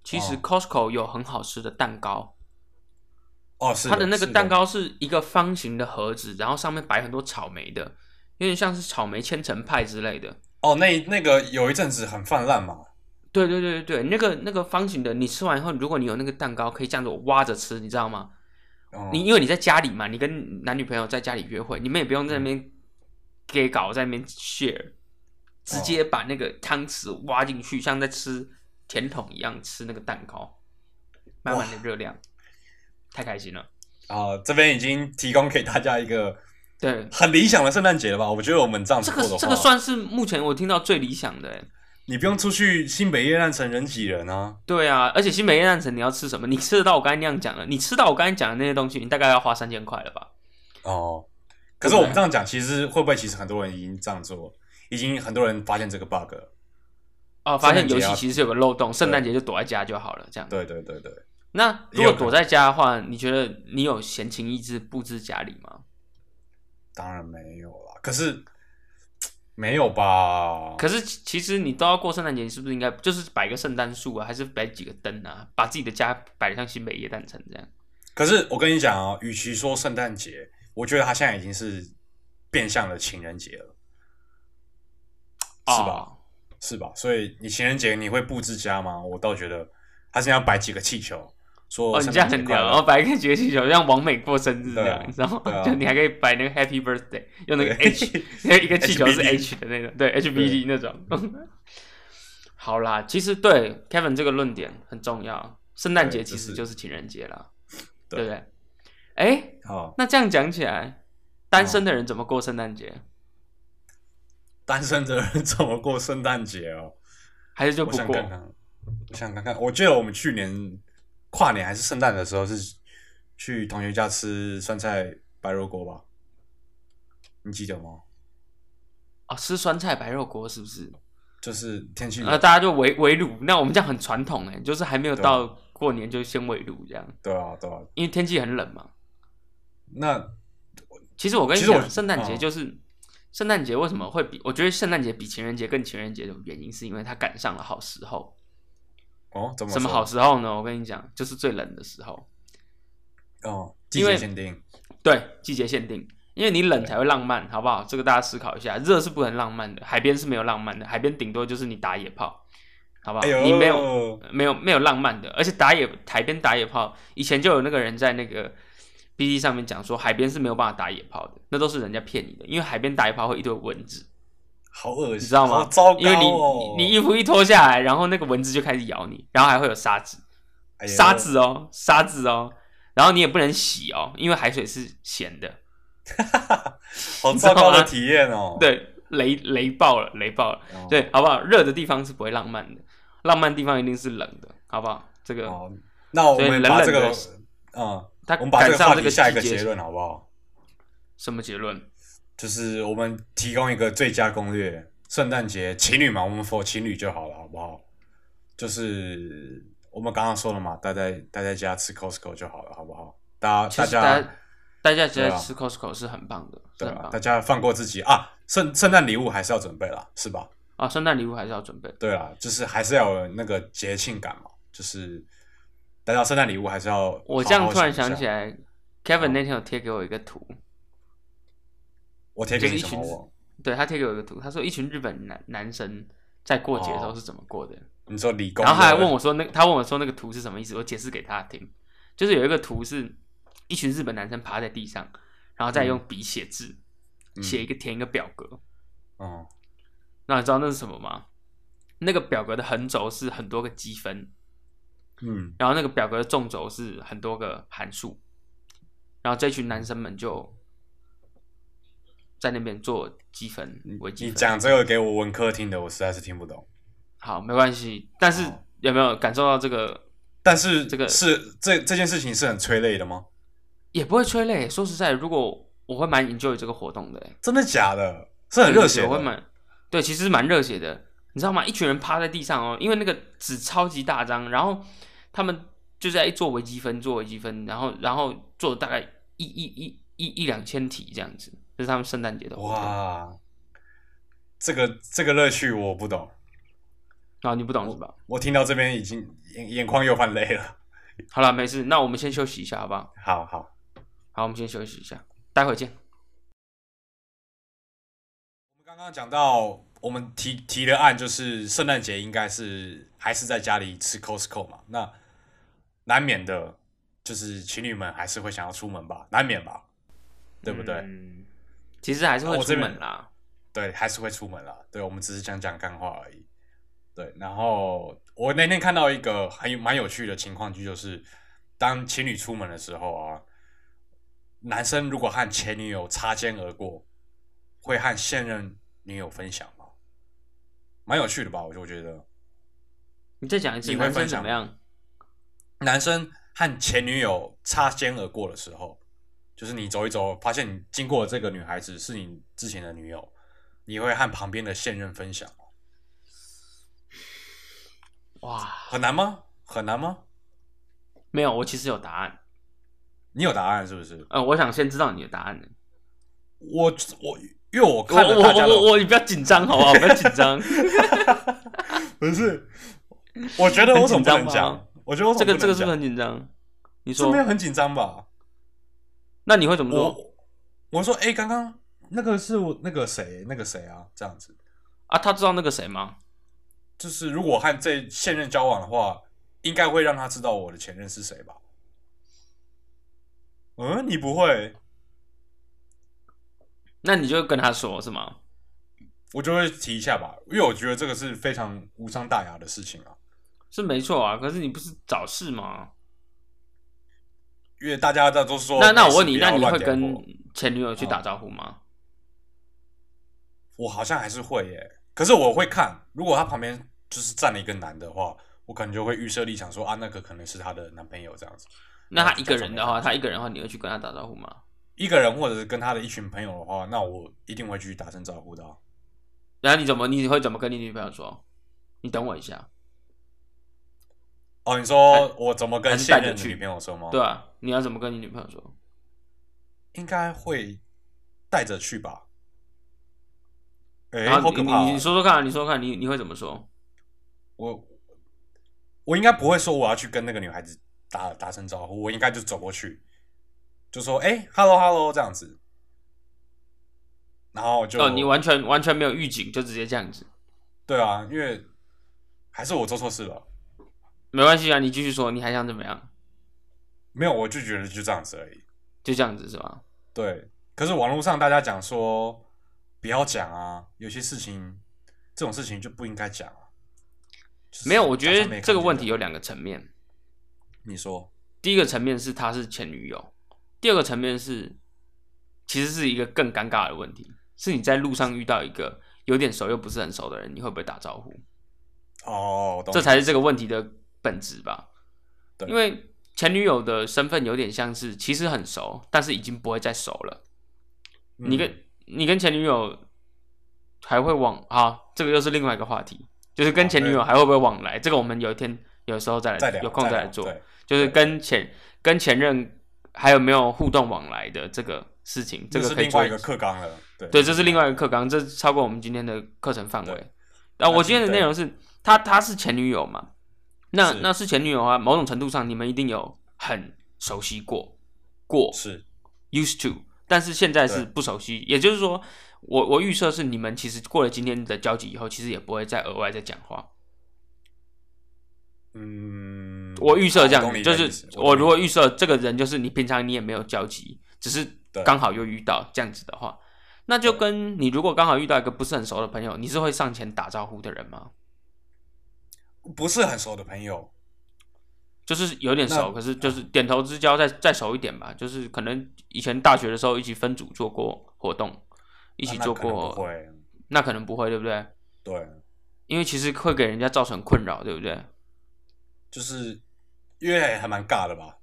[SPEAKER 2] 其实
[SPEAKER 1] 哦
[SPEAKER 2] Costco 有很好吃的蛋糕，
[SPEAKER 1] 哦，是
[SPEAKER 2] 它的那个
[SPEAKER 1] 是
[SPEAKER 2] 蛋糕是一个方形的盒子，然后上面摆很多草莓的，有点像是草莓千层派之类的。
[SPEAKER 1] 哦，那那个有一阵子很泛滥嘛，
[SPEAKER 2] 对对对对对，那个那个方形的，你吃完以后，如果你有那个蛋糕，可以这样子挖着吃，你知道吗？
[SPEAKER 1] 哦
[SPEAKER 2] 你因为你在家里嘛，你跟男女朋友在家里约会，你们也不用在那边给搞在那边 share，直接把那个汤匙挖进去，像在吃甜筒一样吃那个蛋糕，满满的热量，太开心了。
[SPEAKER 1] 啊，这边已经提供给大家一个
[SPEAKER 2] 对，
[SPEAKER 1] 很理想的圣诞节了吧？我觉得我们这样子
[SPEAKER 2] 这
[SPEAKER 1] 过的
[SPEAKER 2] 个
[SPEAKER 1] 话，
[SPEAKER 2] 这个算是目前我听到最理想的欸。
[SPEAKER 1] 你不用出去新北夜烂城人挤人啊。
[SPEAKER 2] 对啊，而且新北夜蛋城你要吃什么？你吃得到我刚才那样讲的，你吃到我刚才讲的那些东西，你大概要花三千块了吧？
[SPEAKER 1] 哦，可是我们这样讲，其实会不会其实很多人已经这样做，已经很多人发现这个 bug 了？
[SPEAKER 2] 哦，发
[SPEAKER 1] 圣诞
[SPEAKER 2] 现
[SPEAKER 1] 节
[SPEAKER 2] 游戏
[SPEAKER 1] 要
[SPEAKER 2] 其实有个漏洞，圣诞节就躲在家就好了，这样。
[SPEAKER 1] 对对对对，
[SPEAKER 2] 那如
[SPEAKER 1] 也有可
[SPEAKER 2] 果
[SPEAKER 1] 能
[SPEAKER 2] 躲在家的话，你觉得你有闲情逸致布置家里吗？
[SPEAKER 1] 当然没有啦。可是没有吧？
[SPEAKER 2] 可是其其实你都要过圣诞节，你是不是应该就是摆个圣诞树啊，还是摆几个灯啊，把自己的家摆得像新北夜诞城这样？
[SPEAKER 1] 可是我跟你讲啊、与其说圣诞节，我觉得它现在已经是变相的情人节了，是吧？
[SPEAKER 2] 哦？
[SPEAKER 1] 是吧？所以你情人节你会布置家吗？我倒觉得他现在要摆几个气球，说
[SPEAKER 2] 哦，你
[SPEAKER 1] 圣
[SPEAKER 2] 这样
[SPEAKER 1] 诞节啊快
[SPEAKER 2] 很屌，
[SPEAKER 1] 乐。
[SPEAKER 2] 然后摆一个节气球，让王美过生日这
[SPEAKER 1] 对
[SPEAKER 2] 样
[SPEAKER 1] 啊，
[SPEAKER 2] 你知道
[SPEAKER 1] 对
[SPEAKER 2] 吗？
[SPEAKER 1] 啊
[SPEAKER 2] 就你还可以摆那个 Happy Birthday，用那个
[SPEAKER 1] 对
[SPEAKER 2] H，那 一个气球是
[SPEAKER 1] HBD
[SPEAKER 2] H 的那种，对 HBD 那种。
[SPEAKER 1] 嗯
[SPEAKER 2] 好啦，其实对 Kevin 这个论点很重要，圣诞节
[SPEAKER 1] 对
[SPEAKER 2] 其
[SPEAKER 1] 就
[SPEAKER 2] 实
[SPEAKER 1] 是
[SPEAKER 2] 就是情人节啦，
[SPEAKER 1] 对
[SPEAKER 2] 对不对？哎，
[SPEAKER 1] 好，
[SPEAKER 2] 那这样讲起来，
[SPEAKER 1] 哦
[SPEAKER 2] 单身的人怎么过圣诞节？
[SPEAKER 1] 单身的人怎么过圣诞节哦？
[SPEAKER 2] 还是就
[SPEAKER 1] 我
[SPEAKER 2] 不
[SPEAKER 1] 想
[SPEAKER 2] 过？
[SPEAKER 1] 看看，我想看看。我记得我们去年跨年还是圣诞的时候，是去同学家吃酸菜白肉锅吧？你记得吗？
[SPEAKER 2] 哦，吃酸菜白肉锅是不是？
[SPEAKER 1] 就是天气冷
[SPEAKER 2] 呃，大家就围围炉。那我们这样很传统哎，就是还没有
[SPEAKER 1] 对啊
[SPEAKER 2] 到过年就先围炉这样，
[SPEAKER 1] 对啊，对啊。
[SPEAKER 2] 因为天气很冷嘛。
[SPEAKER 1] 那
[SPEAKER 2] 其实我跟你
[SPEAKER 1] 其实我
[SPEAKER 2] 讲，圣诞节
[SPEAKER 1] 嗯
[SPEAKER 2] 就是圣诞节为什么会比？我觉得圣诞节比情人节更情人节的原因，是因为它赶上了好时候。
[SPEAKER 1] 哦，怎么
[SPEAKER 2] 什么
[SPEAKER 1] 说
[SPEAKER 2] 好？时候呢？我跟你讲，就是最冷的时候。
[SPEAKER 1] 哦，季
[SPEAKER 2] 因为
[SPEAKER 1] 节限定。
[SPEAKER 2] 对，季节限定，因为你冷才会浪漫，好不好？这个大家思考一下，热是不能浪漫的，海边是没有浪漫的，海边顶多就是你打野炮，好不好？
[SPEAKER 1] 哎呦，
[SPEAKER 2] 啊你没有没有没有浪漫的，而且打野海边打野炮，以前就有那个人在那个 B D 上面讲说，海边是没有办法打野炮的，那都是人家骗你的，因为海边打野炮会一堆蚊子，
[SPEAKER 1] 好恶心，
[SPEAKER 2] 你知道
[SPEAKER 1] 好
[SPEAKER 2] 吗？
[SPEAKER 1] 糟糕、哦！
[SPEAKER 2] 因为你你你衣服一脱下来，然后那个蚊子就开始咬你，然后还会有沙子，
[SPEAKER 1] 哎呦
[SPEAKER 2] 沙子哦，沙子哦，然后你也不能洗哦，因为海水是咸的。
[SPEAKER 1] 好糟糕的体验哦。，
[SPEAKER 2] 对，雷雷爆了，雷爆了。
[SPEAKER 1] 哦
[SPEAKER 2] 对，好不好？热的地方是不会浪漫的，浪漫地方一定是冷的，好不好？这个
[SPEAKER 1] 哦，那我
[SPEAKER 2] 所以
[SPEAKER 1] 们
[SPEAKER 2] 冷
[SPEAKER 1] 把
[SPEAKER 2] 冷
[SPEAKER 1] 这个
[SPEAKER 2] 的，
[SPEAKER 1] 嗯，
[SPEAKER 2] 他
[SPEAKER 1] 我们把
[SPEAKER 2] 赶
[SPEAKER 1] 这个
[SPEAKER 2] 上
[SPEAKER 1] 话
[SPEAKER 2] 这
[SPEAKER 1] 题下一个
[SPEAKER 2] 季节
[SPEAKER 1] 结论好不好？
[SPEAKER 2] 什么结论？
[SPEAKER 1] 就是我们提供一个最佳攻略，圣诞节情侣嘛，我们 for 情侣就好了，好不好？就是我们刚刚说了嘛，待在待在家吃 Costco 就好了，好不好？大
[SPEAKER 2] 其
[SPEAKER 1] 家大
[SPEAKER 2] 实大家
[SPEAKER 1] 家
[SPEAKER 2] 大家只
[SPEAKER 1] 对
[SPEAKER 2] 在
[SPEAKER 1] 啊
[SPEAKER 2] 吃 Costco 是很棒的，是
[SPEAKER 1] 对啊
[SPEAKER 2] 很
[SPEAKER 1] 吧？
[SPEAKER 2] 棒
[SPEAKER 1] 大家放过自己啊，圣圣诞礼物还是要准备啦，是吧？
[SPEAKER 2] 啊！圣诞礼物还是要准备。
[SPEAKER 1] 对啦，就是还是要有那个节庆感嘛，就是大家圣诞礼物还是要
[SPEAKER 2] 我
[SPEAKER 1] 好
[SPEAKER 2] 这样
[SPEAKER 1] 好
[SPEAKER 2] 突然
[SPEAKER 1] 想一
[SPEAKER 2] 想
[SPEAKER 1] 下
[SPEAKER 2] 起，来，Kevin 那天有贴给我一个图，
[SPEAKER 1] 我贴
[SPEAKER 2] 就
[SPEAKER 1] 给
[SPEAKER 2] 是
[SPEAKER 1] 你
[SPEAKER 2] 一
[SPEAKER 1] 什
[SPEAKER 2] 群
[SPEAKER 1] 么
[SPEAKER 2] 日
[SPEAKER 1] 我？
[SPEAKER 2] 对他贴给我一个图，他说一群日本男男生在过节的时候
[SPEAKER 1] 哦
[SPEAKER 2] 是怎么过的，
[SPEAKER 1] 你说理工，
[SPEAKER 2] 然后他还问我，说那他问我说那个图是什么意思，我解释给他听，就是有一个图是一群日本男生趴在地上，然后再用笔写字，
[SPEAKER 1] 嗯
[SPEAKER 2] 写一个填一个表格，
[SPEAKER 1] 嗯，
[SPEAKER 2] 那你知道那是什么吗？那个表格的横轴是很多个积分，
[SPEAKER 1] 嗯，
[SPEAKER 2] 然后那个表格的纵轴是很多个函数，然后这群男生们就在那边做积分
[SPEAKER 1] 你
[SPEAKER 2] 微积
[SPEAKER 1] 你
[SPEAKER 2] 分。
[SPEAKER 1] 讲这个给我文科听的，我实在是听不懂。
[SPEAKER 2] 好，没关系。但是
[SPEAKER 1] 哦
[SPEAKER 2] 有没有感受到这个
[SPEAKER 1] 但是
[SPEAKER 2] 这个
[SPEAKER 1] 是这这件事情是很催泪的吗？
[SPEAKER 2] 也不会催泪？说实在，如果我会蛮 enjoy 这个活动的、欸，
[SPEAKER 1] 真的假的？是很热血
[SPEAKER 2] 对我会
[SPEAKER 1] 的。
[SPEAKER 2] 蛮对，其实蛮热血的，你知道吗？一群人趴在地上哦，因为那个纸超级大张，然后他们就在做微积分，做微积分，然后然后做大概一一一一一两千题这样子，这是他们圣诞节的活动。
[SPEAKER 1] 哇，这个这个乐趣我不懂。
[SPEAKER 2] 然后你不懂是吧？
[SPEAKER 1] 我听到这边已经眼眼眶又泛泪了。
[SPEAKER 2] 好了，没事，那我们先休息一下，好不好？
[SPEAKER 1] 好好，
[SPEAKER 2] 好，我们先休息一下，待会见。
[SPEAKER 1] 我们刚刚讲到，我们提提的案就是圣诞节应该是还是在家里吃 Costco 嘛，那难免的，就是情侣们还是会想要出门吧，难免吧，对不对？
[SPEAKER 2] 嗯，其实还是会
[SPEAKER 1] 我
[SPEAKER 2] 出
[SPEAKER 1] 这边
[SPEAKER 2] 门啦。
[SPEAKER 1] 对，还是会出门啦。对，我们只是讲讲干话而已。对，然后我那天看到一个很有蛮有趣的情况，就是当情侣出门的时候啊，男生如果和前女友擦肩而过，会和现任女友分享吗？蛮有趣的吧？我就觉得
[SPEAKER 2] 你再讲一次，
[SPEAKER 1] 你会
[SPEAKER 2] 男生
[SPEAKER 1] 分
[SPEAKER 2] 怎
[SPEAKER 1] 享
[SPEAKER 2] 么样？
[SPEAKER 1] 男生和前女友擦肩而过的时候，就是你走一走，发现你经过的这个女孩子是你之前的女友，你会和旁边的现任分享吗？
[SPEAKER 2] 哇，
[SPEAKER 1] 很难吗？很难吗？
[SPEAKER 2] 没有，我其实有答案。
[SPEAKER 1] 你有答案是不是？
[SPEAKER 2] 呃，我想先知道你的答案呢。
[SPEAKER 1] 我我因为我
[SPEAKER 2] 我
[SPEAKER 1] 看了
[SPEAKER 2] 我
[SPEAKER 1] 大家的，
[SPEAKER 2] 我我，你不要紧张好不好？不要紧张，
[SPEAKER 1] 不是，我觉得我怎么不能
[SPEAKER 2] 很紧张吗
[SPEAKER 1] 讲？我觉得我
[SPEAKER 2] 这
[SPEAKER 1] 怎么不能
[SPEAKER 2] 个这个是不是
[SPEAKER 1] 讲
[SPEAKER 2] 很紧张？你
[SPEAKER 1] 这
[SPEAKER 2] 说
[SPEAKER 1] 没，有很紧张吧？
[SPEAKER 2] 那你会怎么做
[SPEAKER 1] 我我说哎，诶刚刚那个是我那个谁那个谁啊，这样子，
[SPEAKER 2] 啊？他知道那个谁吗？
[SPEAKER 1] 就是如果和这现任交往的话，应该会让他知道我的前任是谁吧？嗯，你不会，
[SPEAKER 2] 那你就跟他说是吗？
[SPEAKER 1] 我就会提一下吧，因为我觉得这个是非常无伤大雅的事情啊。
[SPEAKER 2] 是没错啊，可是你不是找事吗？
[SPEAKER 1] 因为大家在都说
[SPEAKER 2] 那那
[SPEAKER 1] 没
[SPEAKER 2] 我
[SPEAKER 1] 事
[SPEAKER 2] 问你，
[SPEAKER 1] 不
[SPEAKER 2] 那
[SPEAKER 1] 要
[SPEAKER 2] 你
[SPEAKER 1] 乱啊
[SPEAKER 2] 会
[SPEAKER 1] 点火
[SPEAKER 2] 跟前女友去打招呼吗？
[SPEAKER 1] 我好像还是会耶，可是我会看，如果他旁边就是站了一个男的话，我可能就会预设立场说啊，那个可能是她的男朋友这样子。
[SPEAKER 2] 那他
[SPEAKER 1] 我
[SPEAKER 2] 一
[SPEAKER 1] 去
[SPEAKER 2] 个
[SPEAKER 1] 找
[SPEAKER 2] 人
[SPEAKER 1] 他
[SPEAKER 2] 的话，他一个人的话，你会去跟他打招呼吗？
[SPEAKER 1] 一个人或者是跟他的一群朋友的话，那我一定会去打声招呼的啊、
[SPEAKER 2] 然后你怎么，你会怎么跟你女朋友说？你等我一下，
[SPEAKER 1] 哦，你说我怎么
[SPEAKER 2] 还
[SPEAKER 1] 跟
[SPEAKER 2] 是带
[SPEAKER 1] 现
[SPEAKER 2] 着
[SPEAKER 1] 任
[SPEAKER 2] 去
[SPEAKER 1] 的女朋友说吗？
[SPEAKER 2] 对，啊，你要怎么跟你女朋友说？
[SPEAKER 1] 应该会带着去吧。哎、
[SPEAKER 2] 然后
[SPEAKER 1] 好
[SPEAKER 2] 你
[SPEAKER 1] 可
[SPEAKER 2] 你
[SPEAKER 1] 怕、
[SPEAKER 2] 你说说看啊，你说说看，你你会怎么说？
[SPEAKER 1] 我我应该不会说我要去跟那个女孩子打打声招呼，我应该就走过去，就说哎、h e l l o hello 这样子，然后就、
[SPEAKER 2] 哦，你完全完全没有预警，就直接这样子。
[SPEAKER 1] 对啊，因为还是我做错事了，
[SPEAKER 2] 没关系啊，你继续说，你还想怎么样？
[SPEAKER 1] 没有我就觉得就这样子而已。
[SPEAKER 2] 就这样子是吧？
[SPEAKER 1] 对，可是网络上大家讲说不要讲啊，有些事情这种事情就不应该讲啊。就是
[SPEAKER 2] 没有，我
[SPEAKER 1] 假
[SPEAKER 2] 觉
[SPEAKER 1] 装没
[SPEAKER 2] 得
[SPEAKER 1] 看
[SPEAKER 2] 这个
[SPEAKER 1] 见
[SPEAKER 2] 问
[SPEAKER 1] 的
[SPEAKER 2] 题有两个层面。
[SPEAKER 1] 你说
[SPEAKER 2] 第一个层面是她是前女友，第二个层面是其实是一个更尴尬的问题，是你在路上遇到一个有点熟又不是很熟的人，你会不会打招呼？
[SPEAKER 1] 哦，懂
[SPEAKER 2] 这才是这个问题的本质吧。
[SPEAKER 1] 对
[SPEAKER 2] 因为前女友的身份有点像是，其实很熟，但是已经不会再熟了。你跟、
[SPEAKER 1] 嗯
[SPEAKER 2] 你跟前女友还会往好，这个又是另外一个话题，就是跟
[SPEAKER 1] 好
[SPEAKER 2] 前女友
[SPEAKER 1] 哦对
[SPEAKER 2] 还会不会往来？这个我们有一天有时候再来
[SPEAKER 1] 再聊
[SPEAKER 2] 有空
[SPEAKER 1] 再
[SPEAKER 2] 再来
[SPEAKER 1] 聊
[SPEAKER 2] 做，
[SPEAKER 1] 对
[SPEAKER 2] 就是
[SPEAKER 1] 对
[SPEAKER 2] 跟前跟前任还有没有互动往来的这个事情，这
[SPEAKER 1] 这
[SPEAKER 2] 个
[SPEAKER 1] 是
[SPEAKER 2] 可以
[SPEAKER 1] 另
[SPEAKER 2] 做
[SPEAKER 1] 外一个课纲了，对
[SPEAKER 2] 对，这是另外一个课纲，这超过我们今天的课程范围
[SPEAKER 1] 对。
[SPEAKER 2] 啊，我
[SPEAKER 1] 那
[SPEAKER 2] 今天的
[SPEAKER 1] 对
[SPEAKER 2] 内容是，她她是前女友嘛？那
[SPEAKER 1] 是
[SPEAKER 2] 那是前女友啊，某种程度上你们一定有很熟悉过，过
[SPEAKER 1] 是
[SPEAKER 2] used to，但是现在是
[SPEAKER 1] 对
[SPEAKER 2] 不熟悉。也就是说，我我预设是你们其实过了今天的交集以后，其实也不会再额外再讲话。
[SPEAKER 1] 嗯，
[SPEAKER 2] 我预设这样
[SPEAKER 1] 我懂
[SPEAKER 2] 子，
[SPEAKER 1] 你
[SPEAKER 2] 就
[SPEAKER 1] 的意
[SPEAKER 2] 是
[SPEAKER 1] 思
[SPEAKER 2] 我如果预
[SPEAKER 1] 设
[SPEAKER 2] 设这个人就是你平常你也没有交集，只是
[SPEAKER 1] 对
[SPEAKER 2] 刚好又遇到这样子的话，那就跟你如果刚好遇到一个不是很熟的朋友，你是会上前打招呼的人吗？
[SPEAKER 1] 不是很熟的朋友，
[SPEAKER 2] 就是有点熟，
[SPEAKER 1] 那
[SPEAKER 2] 可是就是点头之交再再熟一点吧，就是可能以前大学的时候一起分组做过活动，一起
[SPEAKER 1] 啊那
[SPEAKER 2] 做
[SPEAKER 1] 可能
[SPEAKER 2] 过，
[SPEAKER 1] 不会，
[SPEAKER 2] 那可能不会，对不对？
[SPEAKER 1] 对，
[SPEAKER 2] 因为其实会给人家造成困扰，对不对？
[SPEAKER 1] 就是因为还蛮尬的吧，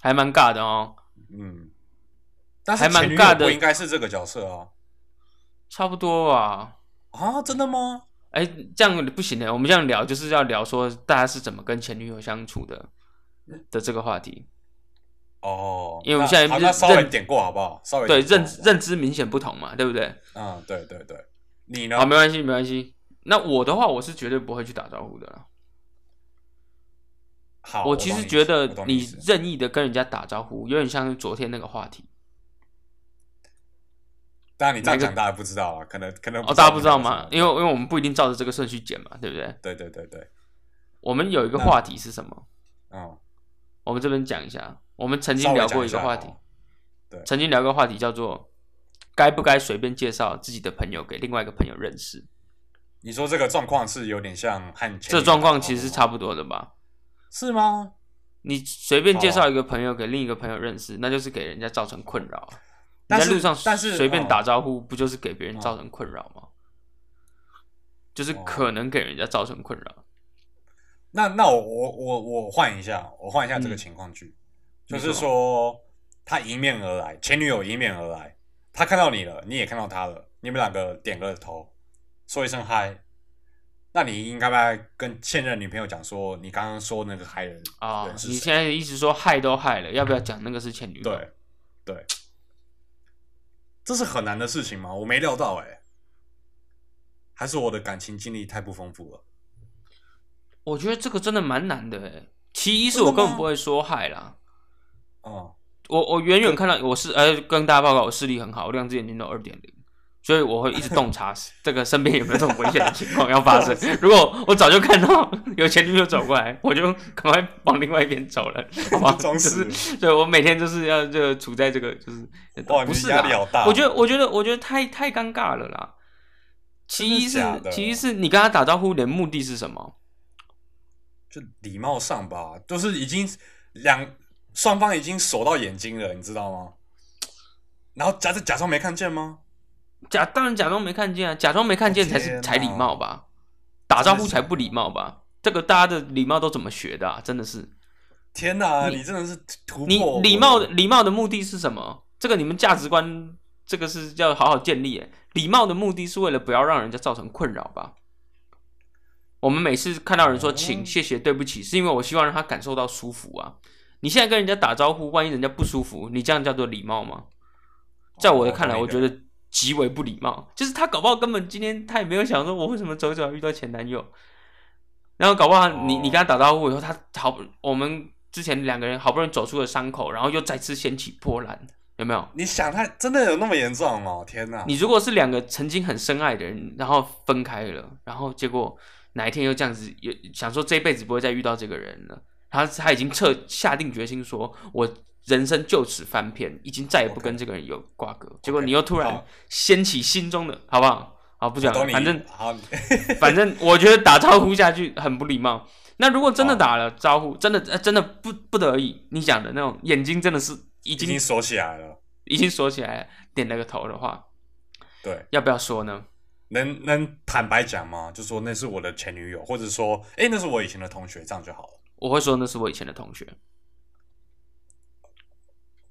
[SPEAKER 2] 还蛮尬的哦。
[SPEAKER 1] 嗯，但是
[SPEAKER 2] 还蛮
[SPEAKER 1] 前女友
[SPEAKER 2] 尬的
[SPEAKER 1] 不应该是这个角色啊
[SPEAKER 2] 差不多啊。
[SPEAKER 1] 啊，真的吗？
[SPEAKER 2] 哎，这样不行欸的，我们这样聊就是要聊说大家是怎么跟前女友相处的的这个话题。
[SPEAKER 1] 哦，
[SPEAKER 2] 因为我们
[SPEAKER 1] 那
[SPEAKER 2] 现在
[SPEAKER 1] 好
[SPEAKER 2] 是
[SPEAKER 1] 那稍微
[SPEAKER 2] 认
[SPEAKER 1] 点过好不好？稍微
[SPEAKER 2] 对，
[SPEAKER 1] 点过
[SPEAKER 2] 认
[SPEAKER 1] 好不好
[SPEAKER 2] 认知明显不同嘛，对不对？
[SPEAKER 1] 嗯，对对对，你呢
[SPEAKER 2] 好，？没关系，没关系。那我的话，我是绝对不会去打招呼的啦。
[SPEAKER 1] 好，
[SPEAKER 2] 我
[SPEAKER 1] 哦我
[SPEAKER 2] 其
[SPEAKER 1] 懂
[SPEAKER 2] 实
[SPEAKER 1] 你
[SPEAKER 2] 觉
[SPEAKER 1] 意思
[SPEAKER 2] 得
[SPEAKER 1] 我懂你意
[SPEAKER 2] 你
[SPEAKER 1] 思
[SPEAKER 2] 任意的跟人家打招呼，有点像是昨天那个话题。
[SPEAKER 1] 当然你这
[SPEAKER 2] 哪
[SPEAKER 1] 样
[SPEAKER 2] 个
[SPEAKER 1] 讲大家不知道啊，可能可能
[SPEAKER 2] 哦，大家不知道吗
[SPEAKER 1] 吗？？
[SPEAKER 2] 因为因为我们不一定照着这个顺序剪嘛，对不对？
[SPEAKER 1] 对对对对，
[SPEAKER 2] 我们有一个
[SPEAKER 1] 那
[SPEAKER 2] 话题是什么？
[SPEAKER 1] 嗯，
[SPEAKER 2] 我们这边讲一下。我们曾
[SPEAKER 1] 稍
[SPEAKER 2] 经
[SPEAKER 1] 微
[SPEAKER 2] 聊
[SPEAKER 1] 讲
[SPEAKER 2] 过一个
[SPEAKER 1] 下
[SPEAKER 2] 话
[SPEAKER 1] 好
[SPEAKER 2] 题，
[SPEAKER 1] 对
[SPEAKER 2] 曾经聊过话题叫做“该不该随便介绍自己的朋友给另外一个朋友认识
[SPEAKER 1] 你说这个状况是有点像和”。前
[SPEAKER 2] 这
[SPEAKER 1] 女友
[SPEAKER 2] 状
[SPEAKER 1] 打
[SPEAKER 2] 况
[SPEAKER 1] 招
[SPEAKER 2] 其
[SPEAKER 1] 呼
[SPEAKER 2] 实是
[SPEAKER 1] 吗
[SPEAKER 2] 差不多的吧？
[SPEAKER 1] 是吗？
[SPEAKER 2] 你随便介绍一个朋友给另一个朋友认识，那就是给人家造成困扰啊。你
[SPEAKER 1] 但
[SPEAKER 2] 在
[SPEAKER 1] 是
[SPEAKER 2] 路上
[SPEAKER 1] 但是哦
[SPEAKER 2] 随便
[SPEAKER 1] 嗯
[SPEAKER 2] 打招呼，不就是给别人造成困扰吗？就是可能给人家造成困扰。
[SPEAKER 1] 那那我我我我换一下，我换一下这个
[SPEAKER 2] 嗯
[SPEAKER 1] 情况剧，
[SPEAKER 2] 你
[SPEAKER 1] 就是
[SPEAKER 2] 说
[SPEAKER 1] 说他迎面而来，前女友迎面而来，他看到你了，你也看到他了，你们两个点个头，说一声嗨。那你应该不该跟现任女朋友讲说，你刚刚说那个嗨人
[SPEAKER 2] 啊、
[SPEAKER 1] 人哦是
[SPEAKER 2] 你
[SPEAKER 1] 谁
[SPEAKER 2] 现在的意思说害都害了，要不要讲那个是前女友？
[SPEAKER 1] 对，对，这是很难的事情吗？我没料到哎、还是我的感情经历太不丰富了。
[SPEAKER 2] 我觉得这个真的蛮难的诶。其一是
[SPEAKER 1] 真的
[SPEAKER 2] 我
[SPEAKER 1] 吗
[SPEAKER 2] 根本不会说害啦，
[SPEAKER 1] 哦、
[SPEAKER 2] 我我远远看到我是呃，跟大家报告我视力很好，我两只眼睛都二点零，所以我会一直洞察这个身边有没有这种危险的情况要发生。如果我早就看到有前女友走过来，我就赶快往另外一边走 了，好吧？
[SPEAKER 1] 装
[SPEAKER 2] 就是
[SPEAKER 1] 死，
[SPEAKER 2] 对我每天就是要就处在这个就是
[SPEAKER 1] 哇，
[SPEAKER 2] 不
[SPEAKER 1] 你
[SPEAKER 2] 是
[SPEAKER 1] 压
[SPEAKER 2] 啦
[SPEAKER 1] 力，好大哦。
[SPEAKER 2] 我觉得我觉得我觉得太太尴尬了啦。其一是
[SPEAKER 1] 真的假的
[SPEAKER 2] 其一是你跟他打招呼，你的目的是什么？
[SPEAKER 1] 就礼貌上吧，就是已经两双方已经熟到眼睛了，你知道吗？然后假假装没看见吗？
[SPEAKER 2] 假当然假装没看见啊，假装没看见才
[SPEAKER 1] 天
[SPEAKER 2] 是
[SPEAKER 1] 哪
[SPEAKER 2] 才礼貌吧，打招呼才不礼貌吧？这个大家的礼貌都怎么学的、啊？真的是
[SPEAKER 1] 天哪，
[SPEAKER 2] 你
[SPEAKER 1] 你真的哦是突破
[SPEAKER 2] 你
[SPEAKER 1] 我
[SPEAKER 2] 礼貌的礼貌的目的是什么？这个你们价值观这个是要好好建立耶。礼貌的目的是为了不要让人家造成困扰吧？我们每次看到人说
[SPEAKER 1] 哦
[SPEAKER 2] 请、谢谢、对不起，是因为我希望让他感受到舒服啊。你现在跟人家打招呼，万一人家不舒服，你这样叫做礼貌吗？在
[SPEAKER 1] 哦
[SPEAKER 2] 我的看来，我觉得极为不礼貌。就是他搞不好根本今天他也没有想说，我为什么走一走遇到前男友，然后搞不好你
[SPEAKER 1] 哦
[SPEAKER 2] 你跟他打招呼以后，他好不我们之前两个人好不容易走出了伤口，然后又再次掀起波澜，有没有？
[SPEAKER 1] 你想太真的有那么严重哦？天哪！
[SPEAKER 2] 你如果是两个曾经很深爱的人，然后分开了，然后结果哪一天又这样子，也想说这辈子不会再遇到这个人了，他他已经彻下定决心说，我人生就此翻篇，已经再也不
[SPEAKER 1] OK
[SPEAKER 2] 跟这个人有瓜葛。结果
[SPEAKER 1] OK，
[SPEAKER 2] 你又突然
[SPEAKER 1] 好
[SPEAKER 2] 掀起心中的，好不好？好，不讲
[SPEAKER 1] 我懂
[SPEAKER 2] 了，
[SPEAKER 1] 你
[SPEAKER 2] 反 正
[SPEAKER 1] 好，
[SPEAKER 2] 反正我觉得打招呼下去很不礼貌。那如果真的打了招呼，真的呃真的不不得已，你讲的那种眼睛真的是已
[SPEAKER 1] 已
[SPEAKER 2] 经
[SPEAKER 1] 经熟起来了。
[SPEAKER 2] 已经锁起来了，点了个头的话，
[SPEAKER 1] 对，
[SPEAKER 2] 要不要说呢？
[SPEAKER 1] 能能坦白讲吗？就说那是我的前女友，或者说，哎、那是我以前的同学，这样就好了。
[SPEAKER 2] 我会说那是我以前的同学，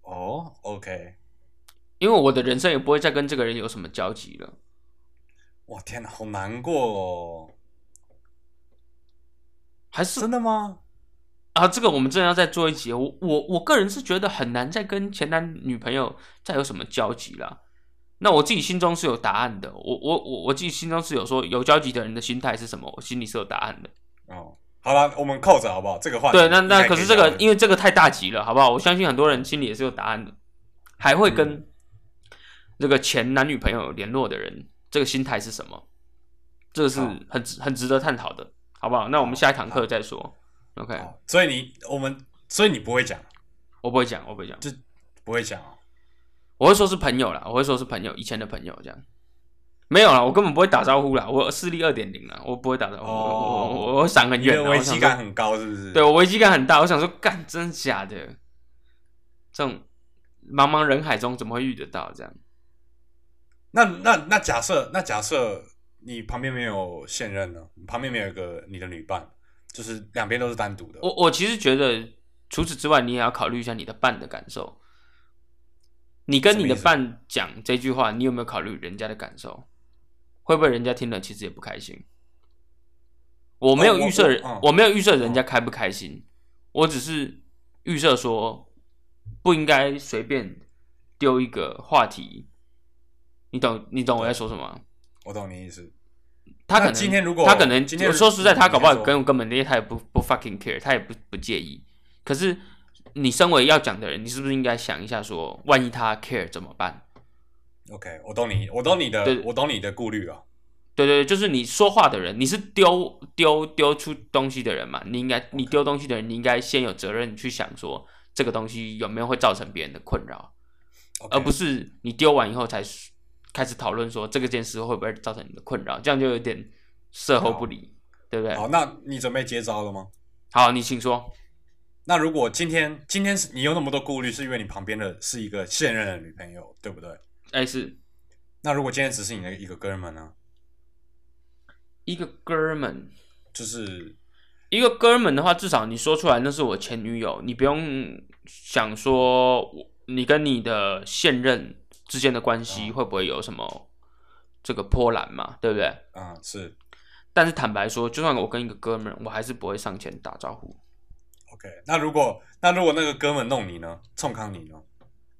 [SPEAKER 1] 哦，OK，
[SPEAKER 2] 因为我的人生也不会再跟这个人有什么交集了。
[SPEAKER 1] 哇，天哪，好难过哦！
[SPEAKER 2] 还是
[SPEAKER 1] 真的吗？
[SPEAKER 2] 啊，这个我们真的要再做一集。我我我个人是觉得很难再跟前男女朋友再有什么交集啦。那我自己心中是有答案的。我我我我自己心中是有说有交集的人的心态是什么，我心里是有答案的。
[SPEAKER 1] 哦，好了，我们扣着好不好？这个话题
[SPEAKER 2] 对，那那
[SPEAKER 1] 应该
[SPEAKER 2] 可
[SPEAKER 1] 以
[SPEAKER 2] 是这个
[SPEAKER 1] 聊，的
[SPEAKER 2] 因为这个太大集了，好不好？我相信很多人心里也是有答案的，还会
[SPEAKER 1] 嗯
[SPEAKER 2] 跟这个前男女朋友有联络的人，这个心态是什么？这个是
[SPEAKER 1] 好
[SPEAKER 2] 很值很值得探讨的，好不好？那我们下一堂课再说。OK，
[SPEAKER 1] 哦所以你我们，所以你不会讲，
[SPEAKER 2] 我不会讲，我不会讲，
[SPEAKER 1] 不会讲哦。
[SPEAKER 2] 我会说是朋友啦，我会说是朋友，以前的朋友这样。没有啦，我根本不会打招呼啦，我视力二点零啦，我不会打招呼，
[SPEAKER 1] 哦
[SPEAKER 2] 我我我我闪很
[SPEAKER 1] 你
[SPEAKER 2] 远啊啦，
[SPEAKER 1] 的
[SPEAKER 2] 我
[SPEAKER 1] 危
[SPEAKER 2] 想
[SPEAKER 1] 机
[SPEAKER 2] 说
[SPEAKER 1] 感很高，是不是？
[SPEAKER 2] 对我危机感很大，我想说，干，真的假的？这种茫茫人海中怎么会遇得到这样？
[SPEAKER 1] 那那那假设，那假设你旁边没有现任呢？旁边没有一个你的女伴，就是两边都是单独的。
[SPEAKER 2] 我我其实觉得，除此之外，你也要考虑一下你的伴的感受。你跟你
[SPEAKER 1] 什么
[SPEAKER 2] 的
[SPEAKER 1] 意思
[SPEAKER 2] 伴讲这句话，你有没有考虑人家的感受？会不会人家听了其实也不开心？我没有
[SPEAKER 1] 哦我
[SPEAKER 2] 预设
[SPEAKER 1] 我
[SPEAKER 2] 人，
[SPEAKER 1] 嗯
[SPEAKER 2] 我没有预设人家开不开心，我只是预设说不应该随便丢一个话题。你懂你懂我在说什么吗？
[SPEAKER 1] 我懂你意思。
[SPEAKER 2] 他可
[SPEAKER 1] 那
[SPEAKER 2] 能
[SPEAKER 1] 今天如果
[SPEAKER 2] 他可能
[SPEAKER 1] 今天
[SPEAKER 2] 我说实在，
[SPEAKER 1] 嗯
[SPEAKER 2] 他搞不好
[SPEAKER 1] 你先说
[SPEAKER 2] 跟我根本那些他也不不 fucking care，他也不不介意。可是你身为要讲的人，你是不是应该想一下说，万一他 care 怎么办？
[SPEAKER 1] OK，我懂你，我懂你的
[SPEAKER 2] 对，
[SPEAKER 1] 我懂你的顾虑啊。
[SPEAKER 2] 对对对，就是你说话的人，你是丢丢丢出东西的人嘛，你应该你丢东西的人，你应该先有责任去想说这个东西有没有会造成别人的困扰，
[SPEAKER 1] OK，
[SPEAKER 2] 而不是你丢完以后才开始讨论说这个件事会不会造成你的困扰，这样就有点事后不理，对不对？
[SPEAKER 1] 好，那你准备接招了吗？
[SPEAKER 2] 好，你请说。
[SPEAKER 1] 那如果今天今天是你有那么多顾虑，是因为你旁边的是一个现任的女朋友，对不对？
[SPEAKER 2] 哎，是
[SPEAKER 1] 那如果今天只是你的一个哥们呢？
[SPEAKER 2] 一个哥们，
[SPEAKER 1] 就是
[SPEAKER 2] 一个哥们的话，至少你说出来那是我前女友，你不用想说我你跟你的现任之间的关
[SPEAKER 1] 嗯
[SPEAKER 2] 系会不会有什么这个波澜嘛，对不对？
[SPEAKER 1] 嗯，是
[SPEAKER 2] 但是坦白说，就算我跟一个哥们，我还是不会上前打招呼。
[SPEAKER 1] OK。那如果那如果那个哥们弄你呢，冲康你呢？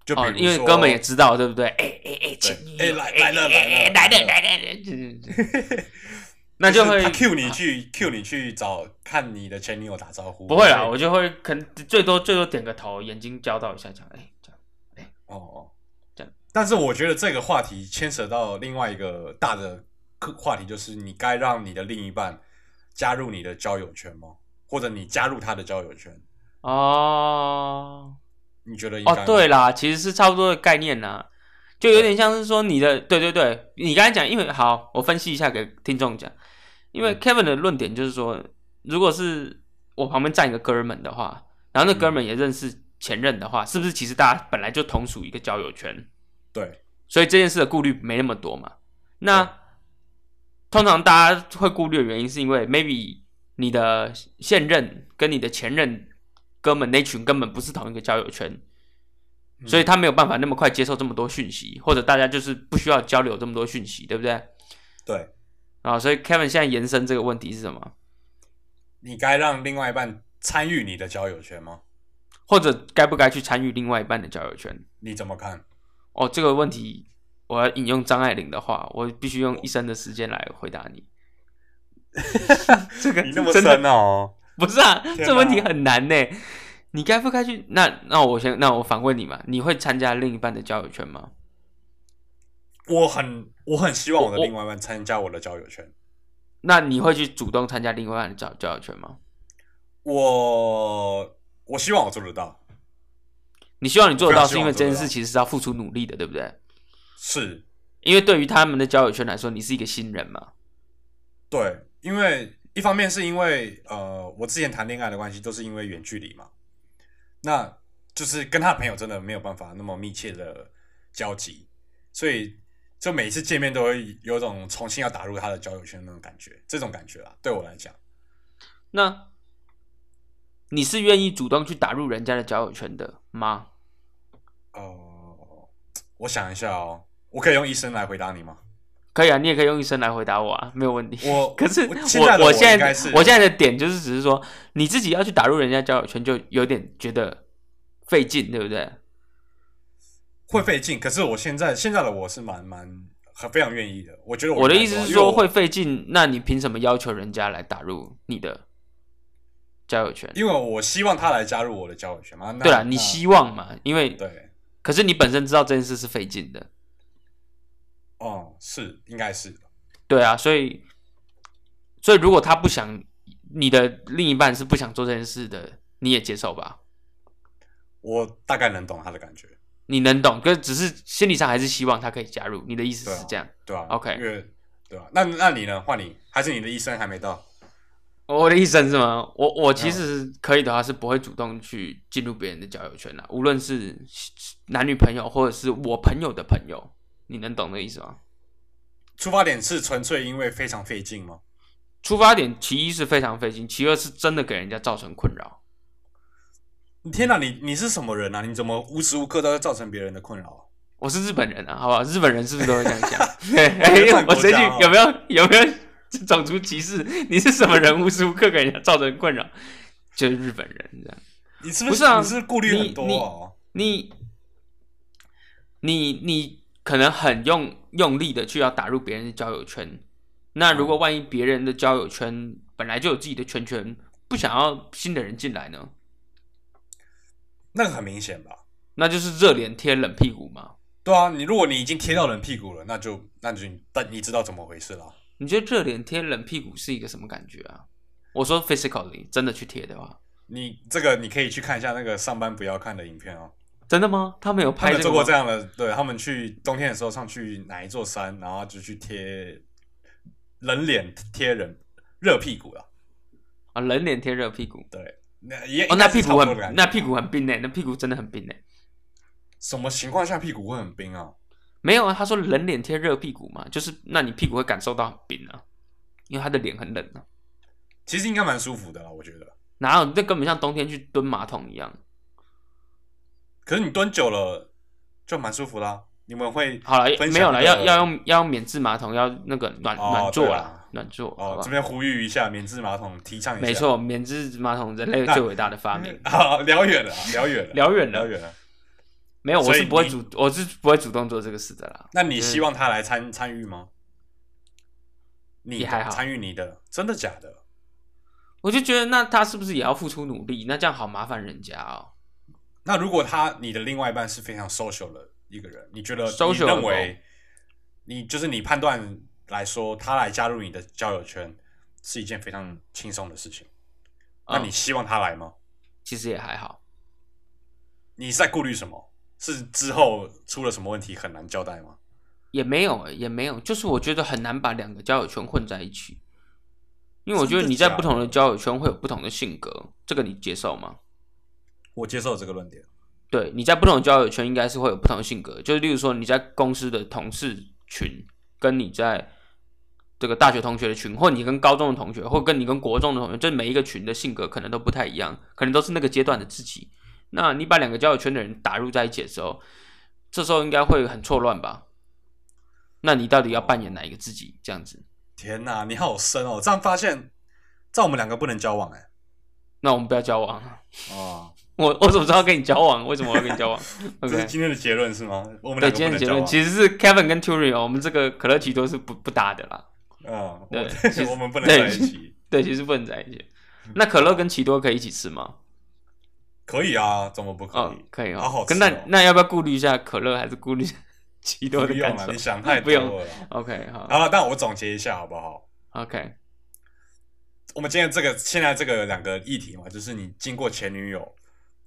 [SPEAKER 1] 就比
[SPEAKER 2] 哦
[SPEAKER 1] 如，
[SPEAKER 2] 因为
[SPEAKER 1] 说
[SPEAKER 2] 哥们也知道，对不对？哎哎哎，前女
[SPEAKER 1] 哎
[SPEAKER 2] 友，
[SPEAKER 1] 来
[SPEAKER 2] 哎
[SPEAKER 1] 来了
[SPEAKER 2] 哎哎
[SPEAKER 1] 来
[SPEAKER 2] 来
[SPEAKER 1] 了
[SPEAKER 2] 了
[SPEAKER 1] 来
[SPEAKER 2] 来了来了对对对， 那就会
[SPEAKER 1] 是他 Q 你去 Q 你去找看你的前女友打招呼。
[SPEAKER 2] 不会啦，
[SPEAKER 1] 所以
[SPEAKER 2] 我就会可能最多最多点个头，眼睛交到一下，讲哎这样。
[SPEAKER 1] 哦哦，
[SPEAKER 2] 这样。
[SPEAKER 1] 但是我觉得这个话题牵扯到另外一个大的课话题，就是你该让你的另一半加入你的交友圈吗？或者你加入他的交友圈？
[SPEAKER 2] 哦
[SPEAKER 1] 你觉得应该吗
[SPEAKER 2] 哦，对啦，其实是差不多的概念啦，就有点像是说你的，对对对，你刚才讲，因为好，我分析一下给听众讲，因为 Kevin 的论点就是说，如果是我旁边站一个哥们的话，然后那哥们也认识前任的话，是不是其实大家本来就同属一个交友圈，
[SPEAKER 1] 对，
[SPEAKER 2] 所以这件事的顾虑没那么多嘛？
[SPEAKER 1] 对
[SPEAKER 2] 那通常大家会顾虑的原因是因为 maybe 你的现任跟你的前任哥们那群根本不是同一个交友圈，
[SPEAKER 1] 嗯
[SPEAKER 2] 所以他没有办法那么快接受这么多讯息，或者大家就是不需要交流这么多讯息，对不对？
[SPEAKER 1] 对，
[SPEAKER 2] 啊，所以 Kevin 现在延伸这个问题是什么？
[SPEAKER 1] 你该让另外一半参与你的交友圈吗？
[SPEAKER 2] 或者该不该去参与另外一半的交友圈？
[SPEAKER 1] 你怎么看？
[SPEAKER 2] 哦，这个问题我要引用张爱玲的话，我必须用一生的时间来回答 你。这个
[SPEAKER 1] 你那么
[SPEAKER 2] 哎真的
[SPEAKER 1] 深哦，
[SPEAKER 2] 不是啊，
[SPEAKER 1] 哪
[SPEAKER 2] 这问题很难呢。你该不该去？那那我先，那我反问你嘛，你会参加另一半的交友圈吗？
[SPEAKER 1] 我很我很希望我的
[SPEAKER 2] 我我
[SPEAKER 1] 另外一半参加我的交友圈。
[SPEAKER 2] 那你会去主动参加另外一半的交交友圈吗？
[SPEAKER 1] 我我希望我做得到，
[SPEAKER 2] 你希望你做得
[SPEAKER 1] 我
[SPEAKER 2] 到，
[SPEAKER 1] 非常
[SPEAKER 2] 是因为这件
[SPEAKER 1] 希望做得
[SPEAKER 2] 事
[SPEAKER 1] 到
[SPEAKER 2] 其实是要付出努力的，对不对？
[SPEAKER 1] 是
[SPEAKER 2] 因为对于他们的交友圈来说，你是一个新人嘛。
[SPEAKER 1] 对，因为一方面是因为呃，我之前谈恋爱的关系都是因为远距离嘛，那就是跟他的朋友真的没有办法那么密切的交集，所以就每一次见面都会有种重新要打入他的交友圈的那种感觉，这种感觉啦，对我来讲，
[SPEAKER 2] 那你是愿意主动去打入人家的交友圈的吗？
[SPEAKER 1] 呃，我想一下哦，我可以用一生来回答你吗？
[SPEAKER 2] 可以啊，你也可以用一生来回答我啊，没有问 题。
[SPEAKER 1] 我
[SPEAKER 2] 可是
[SPEAKER 1] 我现在的
[SPEAKER 2] 我
[SPEAKER 1] 我
[SPEAKER 2] 现
[SPEAKER 1] 应
[SPEAKER 2] 在
[SPEAKER 1] 该是
[SPEAKER 2] 我现在的点就是，只是说你自己要去打入人家交友圈，就有点觉得费劲，对不对？
[SPEAKER 1] 会费劲，可是我现在现在的我是蛮蛮很非常愿意的，我觉得
[SPEAKER 2] 我的意思是说会
[SPEAKER 1] 因为
[SPEAKER 2] 费劲，那你凭什么要求人家来打入你的交友圈
[SPEAKER 1] 我，？因为我希望他来加入我的交友圈嘛。那
[SPEAKER 2] 对啊，你
[SPEAKER 1] 那
[SPEAKER 2] 希望嘛，因为
[SPEAKER 1] 对，
[SPEAKER 2] 可是你本身知道这件事是费劲的，
[SPEAKER 1] 哦、是应该是的
[SPEAKER 2] 对啊，所以所以如果他不想，你的另一半是不想做这件事的，你也接受吧，
[SPEAKER 1] 我大概能懂他的感觉，
[SPEAKER 2] 你能懂，可是只是心理上还是希望他可以加入，你的意思
[SPEAKER 1] 对啊
[SPEAKER 2] 是这样。
[SPEAKER 1] 对啊
[SPEAKER 2] OK
[SPEAKER 1] 因为对啊，那那你呢？换你，还是你的医生还没到？
[SPEAKER 2] 我的意思是吗？我我其
[SPEAKER 1] 嗯
[SPEAKER 2] 实可以的话是不会主动去进入别人的交友圈的，无论是男女朋友或者是我朋友的朋友，你能懂这意思吗？
[SPEAKER 1] 出发点是纯粹因为非常费劲吗？
[SPEAKER 2] 出发点其一是非常费劲，其二是真的给人家造成困扰。
[SPEAKER 1] 天
[SPEAKER 2] 嗯
[SPEAKER 1] 哪，你你是什么人啊？你怎么无时无刻都在造成别人的困扰啊、
[SPEAKER 2] 我是日 本人啊，好不好？日本人是不是都会这样想？
[SPEAKER 1] 日
[SPEAKER 2] 哎
[SPEAKER 1] 本国家哦
[SPEAKER 2] 我最近有没有有没有种族歧视？你是什么人，无时无刻给人家造成困扰？就是日本人这样。
[SPEAKER 1] 你是
[SPEAKER 2] 不
[SPEAKER 1] 是
[SPEAKER 2] 是啊
[SPEAKER 1] 你是顾虑很多
[SPEAKER 2] 你
[SPEAKER 1] 哦？
[SPEAKER 2] 你你你可能很用用力的去要打入别人的交友圈，那如果
[SPEAKER 1] 哦
[SPEAKER 2] 万一别人的交友圈本来就有自己的圈圈，不想要新的人进来呢，
[SPEAKER 1] 那个很明显吧？
[SPEAKER 2] 那就是热脸贴冷屁股嘛。
[SPEAKER 1] 对啊，你如果你已经贴到人屁股了，那就那就你但你知道怎么回事了。
[SPEAKER 2] 你觉得热脸贴冷屁股是一个什么感觉啊？我说 physically 真的去贴的话，
[SPEAKER 1] 你这个你可以去看一下那个上班不要看的影片哦，
[SPEAKER 2] 真的吗？他们有
[SPEAKER 1] 他
[SPEAKER 2] 拍
[SPEAKER 1] 们
[SPEAKER 2] 这
[SPEAKER 1] 做
[SPEAKER 2] 个
[SPEAKER 1] 过
[SPEAKER 2] 吗
[SPEAKER 1] 这样的，对他们去冬天的时候上去哪一座山，然后就去贴人脸贴人热屁股了，
[SPEAKER 2] 啊，冷脸贴热屁股。
[SPEAKER 1] 对，那也
[SPEAKER 2] 哦，
[SPEAKER 1] 应该
[SPEAKER 2] 那
[SPEAKER 1] 是
[SPEAKER 2] 屁
[SPEAKER 1] 差
[SPEAKER 2] 股
[SPEAKER 1] 不多的感
[SPEAKER 2] 很
[SPEAKER 1] 觉
[SPEAKER 2] 那屁股很冰欸呢、那屁股真的很冰呢、
[SPEAKER 1] 什么情况下屁股会很冰啊？
[SPEAKER 2] 没有啊，他说冷脸贴热屁股嘛，就是那你屁股会感受到很冰啊，因为他的脸很冷啊。
[SPEAKER 1] 其实应该蛮舒服的啦，我觉得。
[SPEAKER 2] 哪有那根本像冬天去蹲马桶一样。
[SPEAKER 1] 可是你蹲久了就蛮舒服啦。你们会
[SPEAKER 2] 好了，
[SPEAKER 1] 分享
[SPEAKER 2] 没有了，
[SPEAKER 1] 那
[SPEAKER 2] 要
[SPEAKER 1] 个
[SPEAKER 2] 要用要用免治马桶，要那个暖、
[SPEAKER 1] 哦
[SPEAKER 2] 暖座
[SPEAKER 1] 对
[SPEAKER 2] 啦
[SPEAKER 1] 啊，
[SPEAKER 2] 暖座，好
[SPEAKER 1] 哦，
[SPEAKER 2] 吧
[SPEAKER 1] 这？边呼吁一下免治马桶，提倡一下。
[SPEAKER 2] 没，错，免治马桶人类最伟大的发明。
[SPEAKER 1] 啊，聊远了啊，聊远了，
[SPEAKER 2] 聊远了
[SPEAKER 1] 聊远了。
[SPEAKER 2] 没有，我
[SPEAKER 1] 所以
[SPEAKER 2] 是不会
[SPEAKER 1] 你
[SPEAKER 2] 主，我是不会主动做这个事的啦。
[SPEAKER 1] 那你希望他来参参与吗？你
[SPEAKER 2] 也还好
[SPEAKER 1] 参与你的，真的假的？
[SPEAKER 2] 我就觉得，那他是不是也要付出努力？那这样好麻烦人家哦。
[SPEAKER 1] 那如果他你的另外一半是非常 social 的一个人，你觉得你
[SPEAKER 2] Social
[SPEAKER 1] 认为你就是你判断来说，他来加入你的交友圈是一件非常轻松的事情，那
[SPEAKER 2] 嗯
[SPEAKER 1] 你希望他来吗？
[SPEAKER 2] 其实也还好，
[SPEAKER 1] 你是在顾虑什么？是之后出了什么问题很难交代吗？
[SPEAKER 2] 也没有，也没有，就是我觉得很难把两个交友圈混在一起，因为我觉得
[SPEAKER 1] 真的
[SPEAKER 2] 你在
[SPEAKER 1] 假
[SPEAKER 2] 不同的
[SPEAKER 1] 的
[SPEAKER 2] 交友圈会有不同的性格，这个你接受吗？
[SPEAKER 1] 我接受这个论点。
[SPEAKER 2] 对，你在不同的交友圈应该是会有不同的性格，就是例如说你在公司的同事群，跟你在这个大学同学的群，或你跟高中的同学，或跟你跟国中的同学，这每一个群的性格可能都不太一样，可能都是那个阶段的自己。那你把两个交友圈的人打入在一起的时候，这时候应该会很错乱吧？那你到底要扮演哪一个自己？这样子，
[SPEAKER 1] 天哪，你好深哦！这样发现，这样我们两个不能交往哎、
[SPEAKER 2] 那我们不要交往。啊
[SPEAKER 1] 哦，
[SPEAKER 2] 我我怎么知道跟你交往？为什么我要跟你交往
[SPEAKER 1] 这
[SPEAKER 2] ？OK，
[SPEAKER 1] 是今天的结论是吗？我们
[SPEAKER 2] 对，
[SPEAKER 1] 两个不
[SPEAKER 2] 今天的
[SPEAKER 1] 能
[SPEAKER 2] 结
[SPEAKER 1] 交
[SPEAKER 2] 论
[SPEAKER 1] 往。
[SPEAKER 2] 其实是 Kevin 跟 Tury 哦，我们这个可乐奇都是不不搭的啦。
[SPEAKER 1] 嗯，
[SPEAKER 2] 对其实
[SPEAKER 1] 我我们不能在一起。
[SPEAKER 2] 对，其实不能在一起。
[SPEAKER 1] 嗯
[SPEAKER 2] 那可乐跟奇多可以一起吃吗？
[SPEAKER 1] 可以啊，怎么不可
[SPEAKER 2] 哦
[SPEAKER 1] 以，？
[SPEAKER 2] 可以哦。
[SPEAKER 1] 好好吃哦
[SPEAKER 2] 跟那那要不要顾虑一下可乐，还是顾虑一下奇多
[SPEAKER 1] 不
[SPEAKER 2] 的
[SPEAKER 1] 用
[SPEAKER 2] 感
[SPEAKER 1] 了，
[SPEAKER 2] 受
[SPEAKER 1] 你想太
[SPEAKER 2] 不
[SPEAKER 1] 多
[SPEAKER 2] 用。
[SPEAKER 1] 了。
[SPEAKER 2] OK，好。
[SPEAKER 1] 好了，但我总结一下好不好？
[SPEAKER 2] OK，
[SPEAKER 1] 我们今天这个现在这个两个议题嘛，就是你经过前女友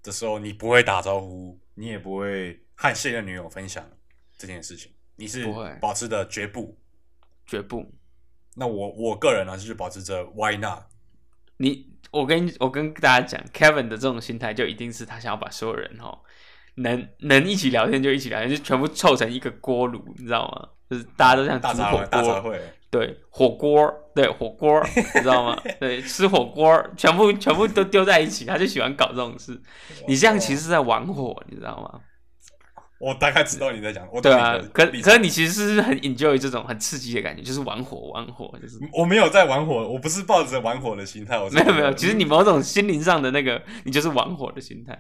[SPEAKER 1] 的时候，你不会打招呼，你也不会和现任女友分享这件事情，你是
[SPEAKER 2] 不会
[SPEAKER 1] 保持的绝不。
[SPEAKER 2] 绝不。
[SPEAKER 1] 那我我个人呢，就是保持着 why not？
[SPEAKER 2] 你，我跟我跟大家讲，Kevin 的这种心态就一定是他想要把所有人哦能能一起聊天就一起聊天，就全部凑成一个锅炉，你知道吗？就是大家都像
[SPEAKER 1] 大
[SPEAKER 2] 煮
[SPEAKER 1] 杂
[SPEAKER 2] 火
[SPEAKER 1] 烩，大杂
[SPEAKER 2] 锅，
[SPEAKER 1] 烩，
[SPEAKER 2] 对火锅，对火锅，你知道吗？对，吃火锅，全部全部都丢在一起，他就喜欢搞这种事。你这样其实是在玩火，你知道吗？
[SPEAKER 1] 我大概知道你在讲，我
[SPEAKER 2] 对
[SPEAKER 1] 懂
[SPEAKER 2] 啊
[SPEAKER 1] 你的，
[SPEAKER 2] 可
[SPEAKER 1] 立
[SPEAKER 2] 可
[SPEAKER 1] 场
[SPEAKER 2] 是你其实是很 enjoy 这种很刺激的感觉，就是玩火玩火，就是
[SPEAKER 1] 我没有在玩火，我不是抱着玩火的心态，我是
[SPEAKER 2] 没有没有，
[SPEAKER 1] 嗯
[SPEAKER 2] 其实你某种心灵上的那个，你就是玩火的心态。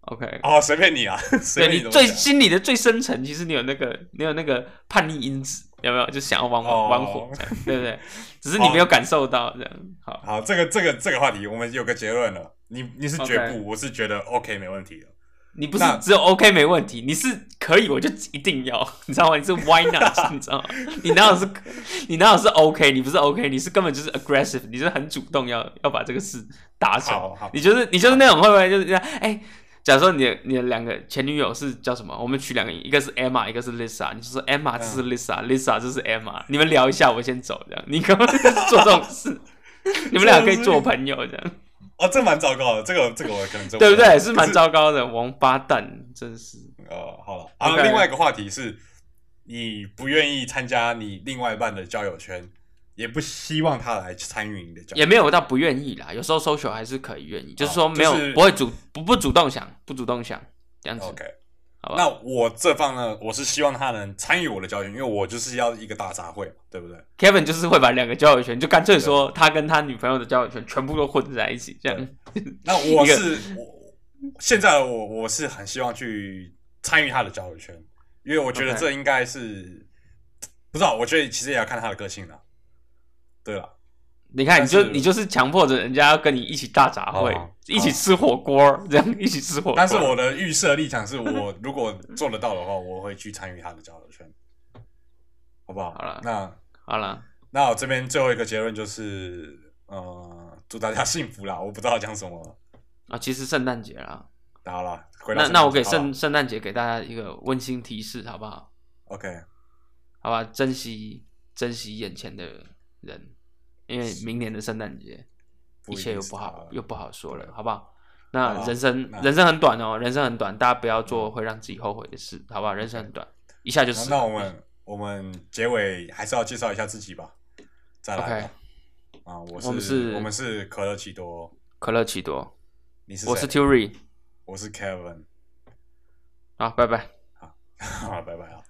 [SPEAKER 2] OK，
[SPEAKER 1] 哦，随便你啊， 随
[SPEAKER 2] 对
[SPEAKER 1] 便
[SPEAKER 2] 你
[SPEAKER 1] 怎么
[SPEAKER 2] 最
[SPEAKER 1] 讲
[SPEAKER 2] 心里的最深层，其实你有那个你有那个叛逆因子，有没有？就想要玩玩、
[SPEAKER 1] 哦
[SPEAKER 2] 玩火这样，对不对？只是你没有感受到这样。好，
[SPEAKER 1] 好，这个这个这个话题，我们有个结论了。你你是绝
[SPEAKER 2] OK
[SPEAKER 1] 不，我是觉得 OK 没问题的。
[SPEAKER 2] 你不是
[SPEAKER 1] 那
[SPEAKER 2] 只有 OK 没问题，你是可以，我就一定要， 你知道吗？你是 Why not？你知道吗？你哪有是，你哪有是 OK？你不是 OK，你是根本就是 aggressive，你是很主动要要把这个事达成
[SPEAKER 1] 好好。
[SPEAKER 2] 你就是你就是那种会不会就是这样？哎、假如说你的你的两个前女友是叫什么？我们取两个，一个是 Emma，一个是 Lisa。你就说 Emma 这
[SPEAKER 1] 嗯
[SPEAKER 2] 是 Lisa，Lisa、这是 Emma。你们聊一下，我先走这样。你根本就是做这种事， 你们俩可以做朋友这样，
[SPEAKER 1] 哦，这蛮糟糕的，这个这个我可能 真
[SPEAKER 2] 对不对？
[SPEAKER 1] 能
[SPEAKER 2] 是蛮糟糕的，王八蛋，真是。
[SPEAKER 1] 哦，好了，啊，
[SPEAKER 2] OK
[SPEAKER 1] 另外一个话题是，你不愿意参加你另外一半的交友圈，也不希望他来参与你的交友
[SPEAKER 2] 也没有到不愿意啦，有时候 social 还是可以愿意，就是说
[SPEAKER 1] 就
[SPEAKER 2] 没有、
[SPEAKER 1] 是
[SPEAKER 2] 不会主不不主动想，不主动想这样子。
[SPEAKER 1] OK，
[SPEAKER 2] 好吧
[SPEAKER 1] 那我这方呢，我是希望他能参与我的交友圈，因为我就是要一个大杂烩嘛，对不对？
[SPEAKER 2] Kevin 就是会把两个交友圈，就干脆说他跟他女朋友的交友圈全部都混在一起，这样。
[SPEAKER 1] 那我
[SPEAKER 2] 一个
[SPEAKER 1] 是我现在的我我是很希望去参与他的交友圈，因为我觉得
[SPEAKER 2] OK
[SPEAKER 1] 这应该是不知道，我觉得其实也要看他的个性啦。对了，
[SPEAKER 2] 你看，
[SPEAKER 1] 但
[SPEAKER 2] 你就是你就是强迫着人家要跟你一起大杂烩，
[SPEAKER 1] 哦
[SPEAKER 2] 一起吃火锅，这样一 起吃火锅。
[SPEAKER 1] 但是我的预设立场是我如果做得到的话，我会去参与他的交友圈，好不好？
[SPEAKER 2] 好啦
[SPEAKER 1] 那
[SPEAKER 2] 好了，
[SPEAKER 1] 那我这边最后一个结论就是，呃，祝大家幸福啦！我不知道讲什么了，
[SPEAKER 2] 啊，其实圣诞节啦，
[SPEAKER 1] 好了，回到
[SPEAKER 2] 那
[SPEAKER 1] 圣
[SPEAKER 2] 那我给
[SPEAKER 1] 好啊啦
[SPEAKER 2] 圣圣诞节给大家一个温馨提示，好不好？
[SPEAKER 1] OK
[SPEAKER 2] 好吧，珍惜珍惜眼前的人，因为明年的圣诞节。
[SPEAKER 1] 不
[SPEAKER 2] 一
[SPEAKER 1] 一定是他啦。啊
[SPEAKER 2] 切又不好又不好说了
[SPEAKER 1] 对，
[SPEAKER 2] 好不好？
[SPEAKER 1] 好
[SPEAKER 2] 那
[SPEAKER 1] 啊
[SPEAKER 2] 人生
[SPEAKER 1] 那嗯
[SPEAKER 2] 人生很短哦，人生很短，大家不要做会让自己后悔的事，好不好？人生很短，一下就
[SPEAKER 1] 好
[SPEAKER 2] 死了。
[SPEAKER 1] 那我们我们结尾还是要介绍一下自己吧，再来
[SPEAKER 2] OK，
[SPEAKER 1] 吧。啊，我
[SPEAKER 2] 我们是
[SPEAKER 1] 是我们是可乐奇多，
[SPEAKER 2] 可乐奇多，
[SPEAKER 1] 你是
[SPEAKER 2] 我是
[SPEAKER 1] 谁
[SPEAKER 2] Tury，
[SPEAKER 1] 我是 Kevin，
[SPEAKER 2] 好，拜拜。
[SPEAKER 1] 好，拜拜啊。